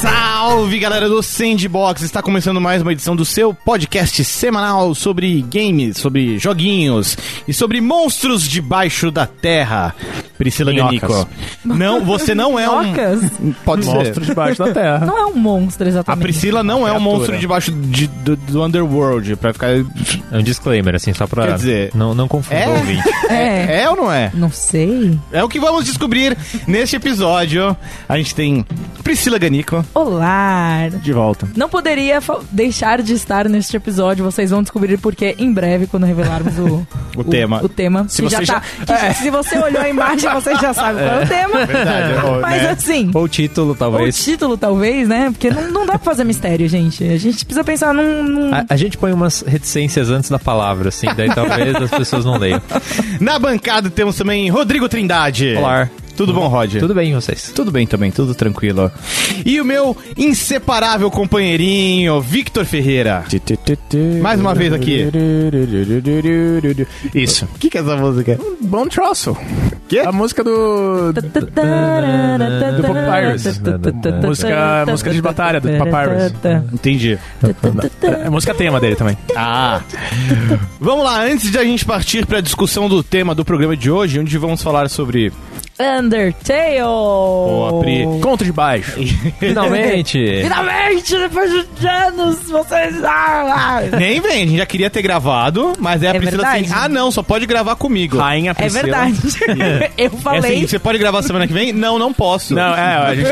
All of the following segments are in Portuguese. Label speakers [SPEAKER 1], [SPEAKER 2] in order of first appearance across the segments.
[SPEAKER 1] Salve galera do Sandbox! Está começando mais uma edição do seu podcast semanal sobre games, sobre joguinhos e sobre monstros debaixo da terra. Priscila
[SPEAKER 2] Minhocas.
[SPEAKER 1] Ganico. Não, você não é um.
[SPEAKER 3] Minhocas?
[SPEAKER 1] Pode ser.
[SPEAKER 2] Monstros debaixo da terra.
[SPEAKER 3] Não é um monstro,
[SPEAKER 1] A
[SPEAKER 3] exatamente.
[SPEAKER 1] Priscila não é um
[SPEAKER 2] Criatura.
[SPEAKER 1] monstro debaixo de- do, do Underworld, pra ficar.
[SPEAKER 2] É um disclaimer, assim, só pra
[SPEAKER 1] Quer dizer-
[SPEAKER 2] não, não confunda
[SPEAKER 1] É?
[SPEAKER 2] o ouvinte.
[SPEAKER 3] É.
[SPEAKER 1] É ou não é?
[SPEAKER 3] Não sei.
[SPEAKER 1] É o que vamos descobrir neste episódio. A gente tem Priscila Ganico
[SPEAKER 3] Olá!
[SPEAKER 1] de volta.
[SPEAKER 3] Não poderia fa- deixar de estar neste episódio. Vocês vão descobrir porque em breve, quando revelarmos o,
[SPEAKER 1] O tema.
[SPEAKER 3] O tema.
[SPEAKER 1] Se
[SPEAKER 3] que
[SPEAKER 1] você já- É.
[SPEAKER 3] tá- que Se você olhou a imagem, você já sabe qual é o tema.
[SPEAKER 1] verdade, é,
[SPEAKER 3] Mas
[SPEAKER 1] né?
[SPEAKER 3] assim.
[SPEAKER 2] Ou o título,
[SPEAKER 3] Ou
[SPEAKER 2] talvez.
[SPEAKER 3] título, talvez, né? Porque não, não dá pra fazer mistério, gente. A gente precisa pensar num.
[SPEAKER 1] Ah.
[SPEAKER 3] num-
[SPEAKER 2] A, a gente põe umas reticências antes da palavra, assim, daí talvez as pessoas não leiam.
[SPEAKER 1] Na bancada temos também Rodrigo Trindade.
[SPEAKER 2] Olá.
[SPEAKER 1] Tudo bom, Rod?
[SPEAKER 2] Tudo bem, e vocês?
[SPEAKER 1] Tudo bem também, tudo tranquilo. E o meu inseparável companheirinho, Victor Ferreira. Mais uma vez aqui. Isso. O que, que é essa música?
[SPEAKER 4] Bom troço.
[SPEAKER 1] Quê?
[SPEAKER 4] A música do.
[SPEAKER 3] Do
[SPEAKER 4] Pop Pirates. Música, música de batalha do Papyrus.
[SPEAKER 1] Entendi.
[SPEAKER 4] É a música tema dele também.
[SPEAKER 1] Ah. Vamos lá, antes de a gente partir para a discussão do tema do programa de hoje, onde vamos falar sobre
[SPEAKER 3] Undertale!
[SPEAKER 1] Boa, Pri.
[SPEAKER 4] Conto de baixo.
[SPEAKER 2] Finalmente!
[SPEAKER 3] Finalmente, depois de anos, vocês. Ah, ah.
[SPEAKER 1] Nem vem, a gente já queria ter gravado, mas é a
[SPEAKER 3] É
[SPEAKER 1] Priscila
[SPEAKER 3] verdade.
[SPEAKER 1] assim, ah não, só pode gravar comigo.
[SPEAKER 4] Rainha
[SPEAKER 3] É
[SPEAKER 4] Priscila.
[SPEAKER 3] verdade. Eu
[SPEAKER 1] É assim,
[SPEAKER 3] falei.
[SPEAKER 1] você pode gravar semana que vem? Não, não posso.
[SPEAKER 4] Não, é, a gente,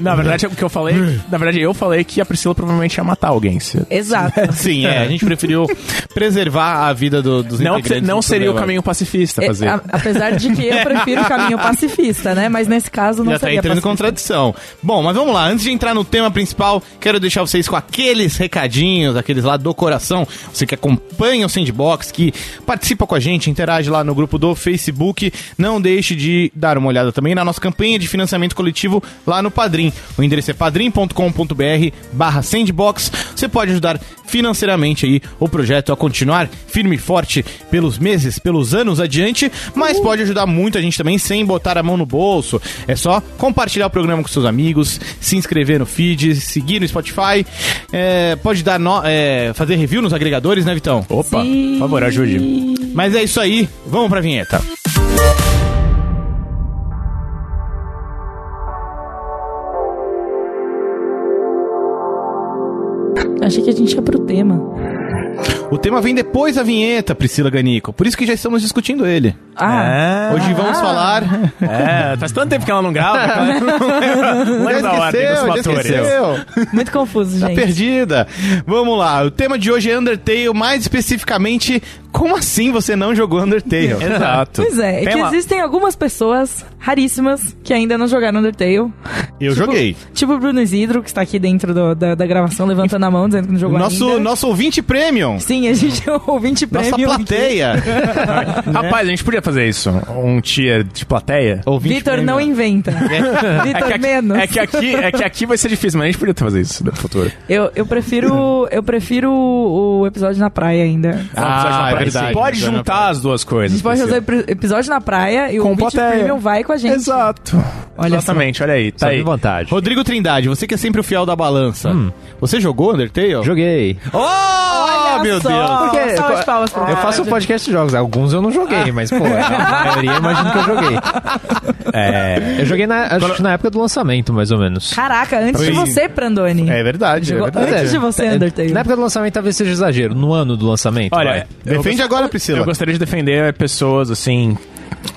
[SPEAKER 4] na verdade, o que eu falei. Na verdade, eu falei que a Priscila provavelmente ia matar alguém. se-
[SPEAKER 3] Exato.
[SPEAKER 1] Sim, é, a gente preferiu preservar a vida do, dos
[SPEAKER 4] Não, que-
[SPEAKER 1] integrantes
[SPEAKER 4] não
[SPEAKER 1] do
[SPEAKER 4] seria o
[SPEAKER 1] programa.
[SPEAKER 4] caminho pacifista
[SPEAKER 3] É,
[SPEAKER 4] fazer.
[SPEAKER 3] a- apesar de que eu prefiro o caminho pacifista, né? Mas nesse caso não
[SPEAKER 1] Já tá
[SPEAKER 3] seria
[SPEAKER 1] entrando em
[SPEAKER 3] pacifista.
[SPEAKER 1] contradição. Bom, mas vamos lá. Antes de entrar no tema principal, quero deixar vocês com aqueles recadinhos, aqueles lá do coração. Você que acompanha o Sandbox, que participa com a gente, interage lá no grupo do Facebook. Não deixe de dar uma olhada também na nossa campanha de financiamento coletivo lá no Padrim. O endereço é padrim.com.br barra Sandbox. Você pode ajudar financeiramente aí o projeto a continuar firme e forte pelos meses, pelos anos adiante, mas pode ajudar muito a gente também sem botar a mão no bolso. É só compartilhar o programa com seus amigos, se inscrever no feed, seguir no Spotify, é, pode dar no- é, fazer review nos agregadores, né, Vitão?
[SPEAKER 4] Opa, por favor, ajude.
[SPEAKER 1] Mas é isso aí, vamos pra vinheta.
[SPEAKER 3] Achei que a gente ia pro tema.
[SPEAKER 1] O tema vem depois da vinheta, Priscila Ganico, por isso que já estamos discutindo ele.
[SPEAKER 3] Ah,
[SPEAKER 1] Hoje vamos falar.
[SPEAKER 4] É, faz tanto tempo que ela não grava. né? que ela Não lembra da ordem dos
[SPEAKER 1] já
[SPEAKER 4] fatores.
[SPEAKER 1] esqueceu.
[SPEAKER 3] muito confuso,
[SPEAKER 1] Tá
[SPEAKER 3] gente.
[SPEAKER 1] perdida. Vamos lá, o tema de hoje é Undertale, mais especificamente, como assim você não jogou Undertale?
[SPEAKER 4] Exato.
[SPEAKER 3] Pois é, é
[SPEAKER 4] Tem
[SPEAKER 3] que
[SPEAKER 4] uma-
[SPEAKER 3] existem algumas pessoas raríssimas que ainda não jogaram Undertale.
[SPEAKER 1] Eu
[SPEAKER 3] Tipo-
[SPEAKER 1] joguei.
[SPEAKER 3] Tipo o Bruno Isidro, que está aqui dentro do- da, da gravação, levantando a mão, dizendo que não jogou
[SPEAKER 1] Nosso,
[SPEAKER 3] ainda.
[SPEAKER 1] nosso ouvinte premium.
[SPEAKER 3] Sim, a gente é um ouvinte
[SPEAKER 1] Nossa
[SPEAKER 3] premium. aqui.
[SPEAKER 1] plateia.
[SPEAKER 3] é.
[SPEAKER 4] Rapaz, a gente podia fazer isso. Um tier de plateia.
[SPEAKER 1] Ouvinte
[SPEAKER 3] Vitor
[SPEAKER 1] premium.
[SPEAKER 3] não inventa.
[SPEAKER 4] É
[SPEAKER 3] Vitor
[SPEAKER 4] que, aqui,
[SPEAKER 3] menos.
[SPEAKER 4] é que aqui, é que aqui vai ser difícil, mas a gente podia fazer isso no futuro.
[SPEAKER 3] Eu, eu prefiro eu prefiro o o episódio na praia ainda.
[SPEAKER 1] Ah, é verdade.
[SPEAKER 4] pode
[SPEAKER 1] Episódio na
[SPEAKER 4] juntar as duas
[SPEAKER 3] A
[SPEAKER 4] coisas.
[SPEAKER 3] gente pode fazer
[SPEAKER 4] Priscila.
[SPEAKER 3] o episódio na praia e o
[SPEAKER 4] Com
[SPEAKER 3] ouvinte
[SPEAKER 4] plateia.
[SPEAKER 3] premium vai com a gente.
[SPEAKER 4] Exato.
[SPEAKER 3] Olha só.
[SPEAKER 4] Exatamente, olha aí. Tá
[SPEAKER 2] Tá
[SPEAKER 4] aí.
[SPEAKER 2] de vontade.
[SPEAKER 1] Rodrigo Trindade, você que é sempre o fiel da balança. Você jogou Undertale?
[SPEAKER 2] Joguei.
[SPEAKER 1] Oh,
[SPEAKER 3] Olha
[SPEAKER 1] meu
[SPEAKER 3] só.
[SPEAKER 1] Deus.
[SPEAKER 2] Porque-
[SPEAKER 3] Salve de palmas pra
[SPEAKER 2] Eu faço um podcast de jogos. Alguns eu não joguei, mas, pô, a maioria eu imagino que eu joguei.
[SPEAKER 4] É.
[SPEAKER 2] Eu joguei na, acho que na época do lançamento, mais ou menos.
[SPEAKER 3] Caraca, antes de
[SPEAKER 1] Oi.
[SPEAKER 3] você, Prandoni.
[SPEAKER 1] É verdade, é
[SPEAKER 3] Jogou-
[SPEAKER 1] verdade.
[SPEAKER 3] Antes de você, Undertale.
[SPEAKER 2] Na época do lançamento talvez seja exagero. No ano do lançamento.
[SPEAKER 4] Olha, eu
[SPEAKER 1] Defende agora, Priscila.
[SPEAKER 4] Eu gostaria de defender pessoas assim.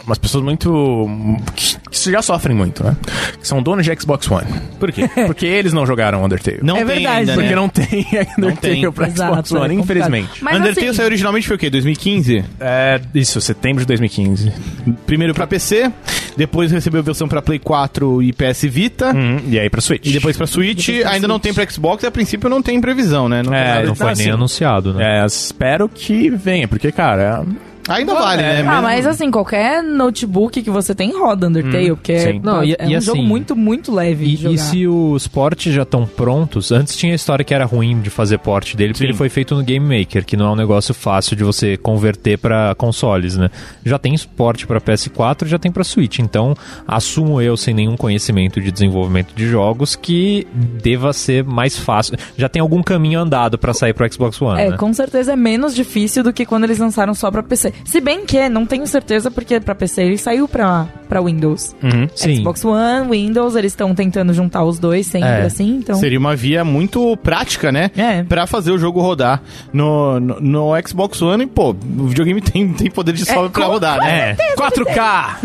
[SPEAKER 4] Umas pessoas muito. que que já sofrem muito, né? Que são donos de Xbox One. Por quê? Porque eles não jogaram Undertale.
[SPEAKER 1] Não
[SPEAKER 3] É
[SPEAKER 1] tem
[SPEAKER 3] verdade.
[SPEAKER 1] ainda, né?
[SPEAKER 4] Porque não tem Undertale
[SPEAKER 1] tem.
[SPEAKER 4] pra
[SPEAKER 3] Exato,
[SPEAKER 4] Xbox
[SPEAKER 3] é
[SPEAKER 4] One,
[SPEAKER 3] complicado.
[SPEAKER 4] infelizmente.
[SPEAKER 3] Mas
[SPEAKER 1] Undertale
[SPEAKER 3] assim,
[SPEAKER 1] saiu originalmente foi o quê? 2015?
[SPEAKER 4] É, isso, setembro de 2015.
[SPEAKER 1] Primeiro pra PC, depois recebeu versão pra Play 4 e PS Vita.
[SPEAKER 4] Hum, e aí pra Switch.
[SPEAKER 1] E depois pra Switch,
[SPEAKER 3] Depois pra
[SPEAKER 1] ainda não tem pra Xbox e a princípio não
[SPEAKER 2] tá
[SPEAKER 1] tem previsão, né? Não tem
[SPEAKER 4] É,
[SPEAKER 1] nada.
[SPEAKER 2] não foi
[SPEAKER 4] assim,
[SPEAKER 2] nem anunciado, né?
[SPEAKER 4] É, espero que venha, porque, cara,
[SPEAKER 1] Ainda vale, né?
[SPEAKER 3] Ah,
[SPEAKER 1] Mesmo-
[SPEAKER 3] mas assim, qualquer notebook que você tem roda Undertale, porque é,
[SPEAKER 4] sim.
[SPEAKER 2] Não, e-
[SPEAKER 3] é um
[SPEAKER 2] e
[SPEAKER 3] jogo
[SPEAKER 2] assim,
[SPEAKER 3] muito, muito leve de
[SPEAKER 2] E,
[SPEAKER 3] jogar.
[SPEAKER 2] e se os portes já estão prontos, antes tinha a história que era ruim de fazer porte dele, porque
[SPEAKER 4] Sim.
[SPEAKER 2] ele foi feito no Game Maker, que não é um negócio fácil de você converter pra consoles, né? Já tem porte pra PS4, já tem pra Switch, então assumo eu sem nenhum conhecimento de desenvolvimento de jogos que deva ser mais fácil. Já tem algum caminho andado pra sair pro Xbox One,
[SPEAKER 3] É,
[SPEAKER 2] né?
[SPEAKER 3] com certeza é menos difícil do que quando eles lançaram só pra PC. Se bem que, não tenho certeza, porque pra PC ele saiu pra, pra Windows.
[SPEAKER 2] Sim.
[SPEAKER 3] Xbox One, Windows, eles estão tentando juntar os dois sempre,
[SPEAKER 2] É.
[SPEAKER 3] assim, então...
[SPEAKER 1] Seria uma via muito prática, né?
[SPEAKER 3] É.
[SPEAKER 1] Pra fazer o jogo rodar no, no, no Xbox One. E, pô, o videogame tem, tem poder de sobra pra
[SPEAKER 3] com
[SPEAKER 4] Ah,
[SPEAKER 1] rodar, né?
[SPEAKER 2] É.
[SPEAKER 4] 4K!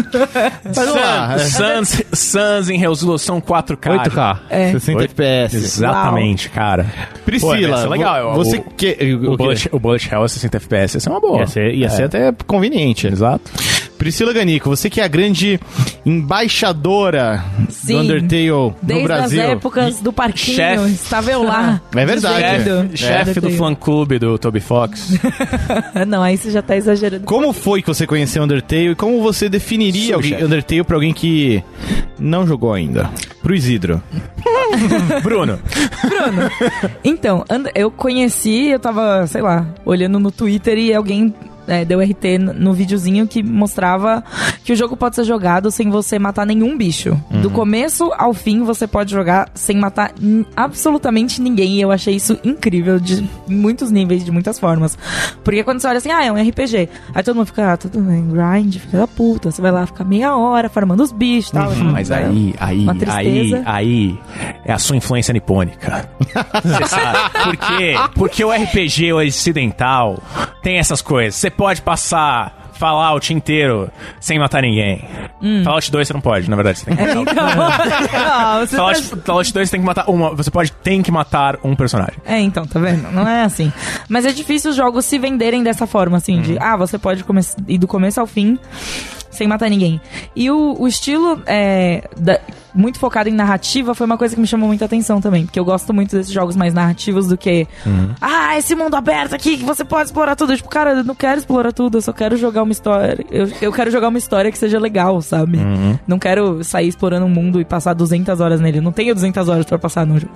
[SPEAKER 1] Mas vamos lá, é.
[SPEAKER 4] Sans, Sans em resolução 4K.
[SPEAKER 2] 8K.
[SPEAKER 3] É.
[SPEAKER 1] 60 FPS.
[SPEAKER 4] Exatamente, cara. Pô,
[SPEAKER 1] Priscila,
[SPEAKER 4] ia ser legal. é
[SPEAKER 1] vo-
[SPEAKER 4] O-
[SPEAKER 1] você
[SPEAKER 4] o-
[SPEAKER 1] que...
[SPEAKER 4] O
[SPEAKER 1] o quê?
[SPEAKER 4] Bullet, o Bullet Hell a 60 FPS, essa é uma boa.
[SPEAKER 1] Ia ser, ia ser
[SPEAKER 4] É.
[SPEAKER 1] até conveniente.
[SPEAKER 4] Exato.
[SPEAKER 1] Priscila Ganico, você que é a grande embaixadora
[SPEAKER 3] Sim.
[SPEAKER 1] do Undertale no
[SPEAKER 3] Desde
[SPEAKER 1] Brasil.
[SPEAKER 3] as épocas do parquinho,
[SPEAKER 4] Chefe.
[SPEAKER 3] estava eu lá.
[SPEAKER 1] É verdade.
[SPEAKER 3] dizendo.
[SPEAKER 4] Chefe do
[SPEAKER 3] Undertale.
[SPEAKER 4] fã clube do Toby Fox.
[SPEAKER 3] Não, aí você já tá exagerando.
[SPEAKER 1] Como foi que você conheceu Undertale e como você definiria
[SPEAKER 4] Sou
[SPEAKER 1] alguém-
[SPEAKER 4] chefe.
[SPEAKER 1] Undertale pra alguém que não jogou ainda? Pro Isidro.
[SPEAKER 4] Bruno.
[SPEAKER 3] Então, and- eu conheci, eu tava, sei lá, olhando no Twitter e alguém é, deu RT n- no videozinho que mostrava que o jogo pode ser jogado sem você matar nenhum bicho. Do
[SPEAKER 4] Uhum.
[SPEAKER 3] começo ao fim, você pode jogar sem matar n- absolutamente ninguém. E eu achei isso incrível de muitos níveis, de muitas formas. Porque quando você olha assim, ah, é um RPG. Aí todo mundo fica, ah, tudo bem, grind, fica da puta. Você vai lá ficar meia hora farmando os bichos e tal.
[SPEAKER 4] Uhum.
[SPEAKER 3] Então,
[SPEAKER 4] Mas aí, aí,
[SPEAKER 3] Uma tristeza.
[SPEAKER 4] aí, aí é a sua influência nipônica. Você sabe. Por quê? Porque o RPG ocidental tem essas coisas. Você pode passar Fallout inteiro sem matar ninguém.
[SPEAKER 1] Hum.
[SPEAKER 4] Fallout 2 você não pode, na verdade. Você tem que
[SPEAKER 3] Então, não, você tá
[SPEAKER 4] Fallout, Fallout 2 tem que matar uma. Você pode tem que matar um personagem.
[SPEAKER 3] É, então, tá vendo? Não é assim. Mas é difícil os jogos se venderem dessa forma, assim, de ah, você pode come- ir do começo ao fim sem matar ninguém. E o, o estilo é, da- muito focado em narrativa foi uma coisa que me chamou muita atenção também, porque eu gosto muito desses jogos mais narrativos do que ah, esse mundo aberto aqui que você pode explorar tudo. Tipo, cara, eu não quero explorar tudo, eu só quero jogar uma história. Eu, eu quero jogar uma história que seja legal, sabe? Não quero sair explorando um mundo e passar 200 horas nele. Eu não tenho 200 horas pra passar num jogo.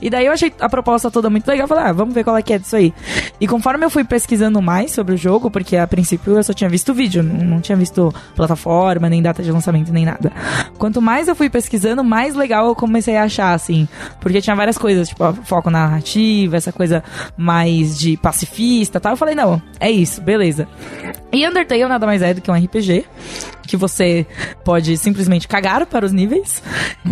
[SPEAKER 3] E daí eu achei a proposta toda muito legal. Falei, ah, vamos ver qual é que é disso aí. E conforme eu fui pesquisando mais sobre o jogo, porque a princípio eu só tinha visto vídeo, não, não tinha visto plataforma, nem data de lançamento, nem nada. Quanto mais eu fui pesquisando, mais legal eu comecei a achar, assim. Porque tinha várias coisas, tipo, ó, foco na narrativa, essa coisa mais de pacifista e tal. Eu falei, não, é isso, beleza. E Undertale nada mais é do que um RPG que você pode simplesmente cagar para os níveis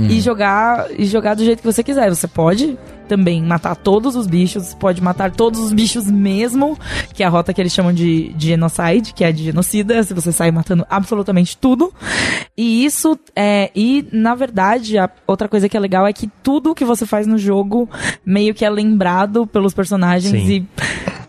[SPEAKER 3] e jogar e jogar do jeito que você quiser. Você pode também matar todos os bichos, pode matar todos os bichos mesmo, que é a rota que eles chamam de, de genocide, que é de genocida, se você sai matando absolutamente tudo. E isso é e na verdade a outra coisa que é legal é que tudo que você faz no jogo meio que é lembrado pelos personagens
[SPEAKER 2] Sim.
[SPEAKER 3] e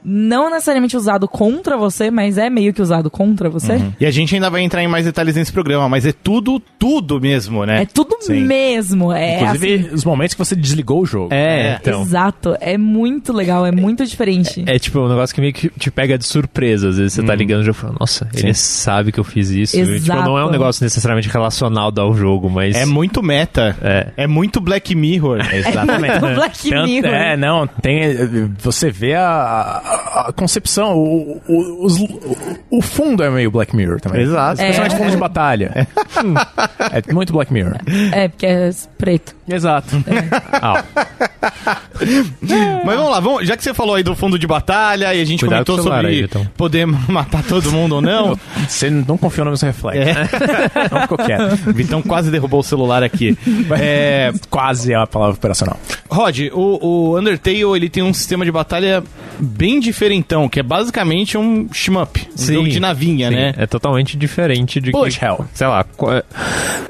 [SPEAKER 3] não necessariamente usado contra você, mas é meio que usado contra você.
[SPEAKER 1] E a gente ainda vai entrar em mais detalhes nesse programa, mas é tudo, tudo mesmo, né?
[SPEAKER 3] É tudo
[SPEAKER 4] Sim.
[SPEAKER 3] mesmo. É
[SPEAKER 4] Inclusive, os momentos que você desligou o jogo.
[SPEAKER 2] É,
[SPEAKER 1] É.
[SPEAKER 3] assim,
[SPEAKER 2] então.
[SPEAKER 3] Exato. É muito legal, é muito diferente.
[SPEAKER 2] É tipo um negócio que meio que te pega de surpresa. Às vezes você tá
[SPEAKER 1] Uhum.
[SPEAKER 2] ligando e já fala, nossa, ele sabe que eu fiz isso. E, tipo, não é
[SPEAKER 3] Exato.
[SPEAKER 2] um negócio necessariamente relacional ao jogo, mas.
[SPEAKER 1] É muito meta.
[SPEAKER 2] É.
[SPEAKER 1] É muito Black Mirror.
[SPEAKER 4] Exatamente.
[SPEAKER 3] muito Black
[SPEAKER 4] é, Tanto-
[SPEAKER 3] Mirror.
[SPEAKER 4] É, não, tem. Você vê a, a- a concepção, o, o, os- o fundo é meio Black Mirror também.
[SPEAKER 1] Exato.
[SPEAKER 4] Especialmente
[SPEAKER 3] É.
[SPEAKER 4] fundo de batalha. é muito Black Mirror.
[SPEAKER 3] É, porque é preto.
[SPEAKER 4] Exato.
[SPEAKER 2] Ah,
[SPEAKER 1] Mas vamos lá, vamos, já que você falou aí do fundo de batalha e a gente
[SPEAKER 2] Cuidado com
[SPEAKER 1] comentou
[SPEAKER 2] o celular
[SPEAKER 1] sobre
[SPEAKER 2] aí, Vitão.
[SPEAKER 1] poder matar todo mundo ou não,
[SPEAKER 4] Você não confiou no meu reflexo. Não ficou quieto.
[SPEAKER 1] Vitão quase derrubou o celular aqui.
[SPEAKER 4] É quase a palavra operacional.
[SPEAKER 1] Rod, o, o Undertale ele tem um sistema de batalha bem diferentão, que é basicamente um shmup, um
[SPEAKER 2] Sim.
[SPEAKER 1] jogo de navinha,
[SPEAKER 2] sim,
[SPEAKER 1] né?
[SPEAKER 2] É totalmente diferente de
[SPEAKER 4] Bullet
[SPEAKER 2] que.
[SPEAKER 4] Hell.
[SPEAKER 2] Sei lá, qual é-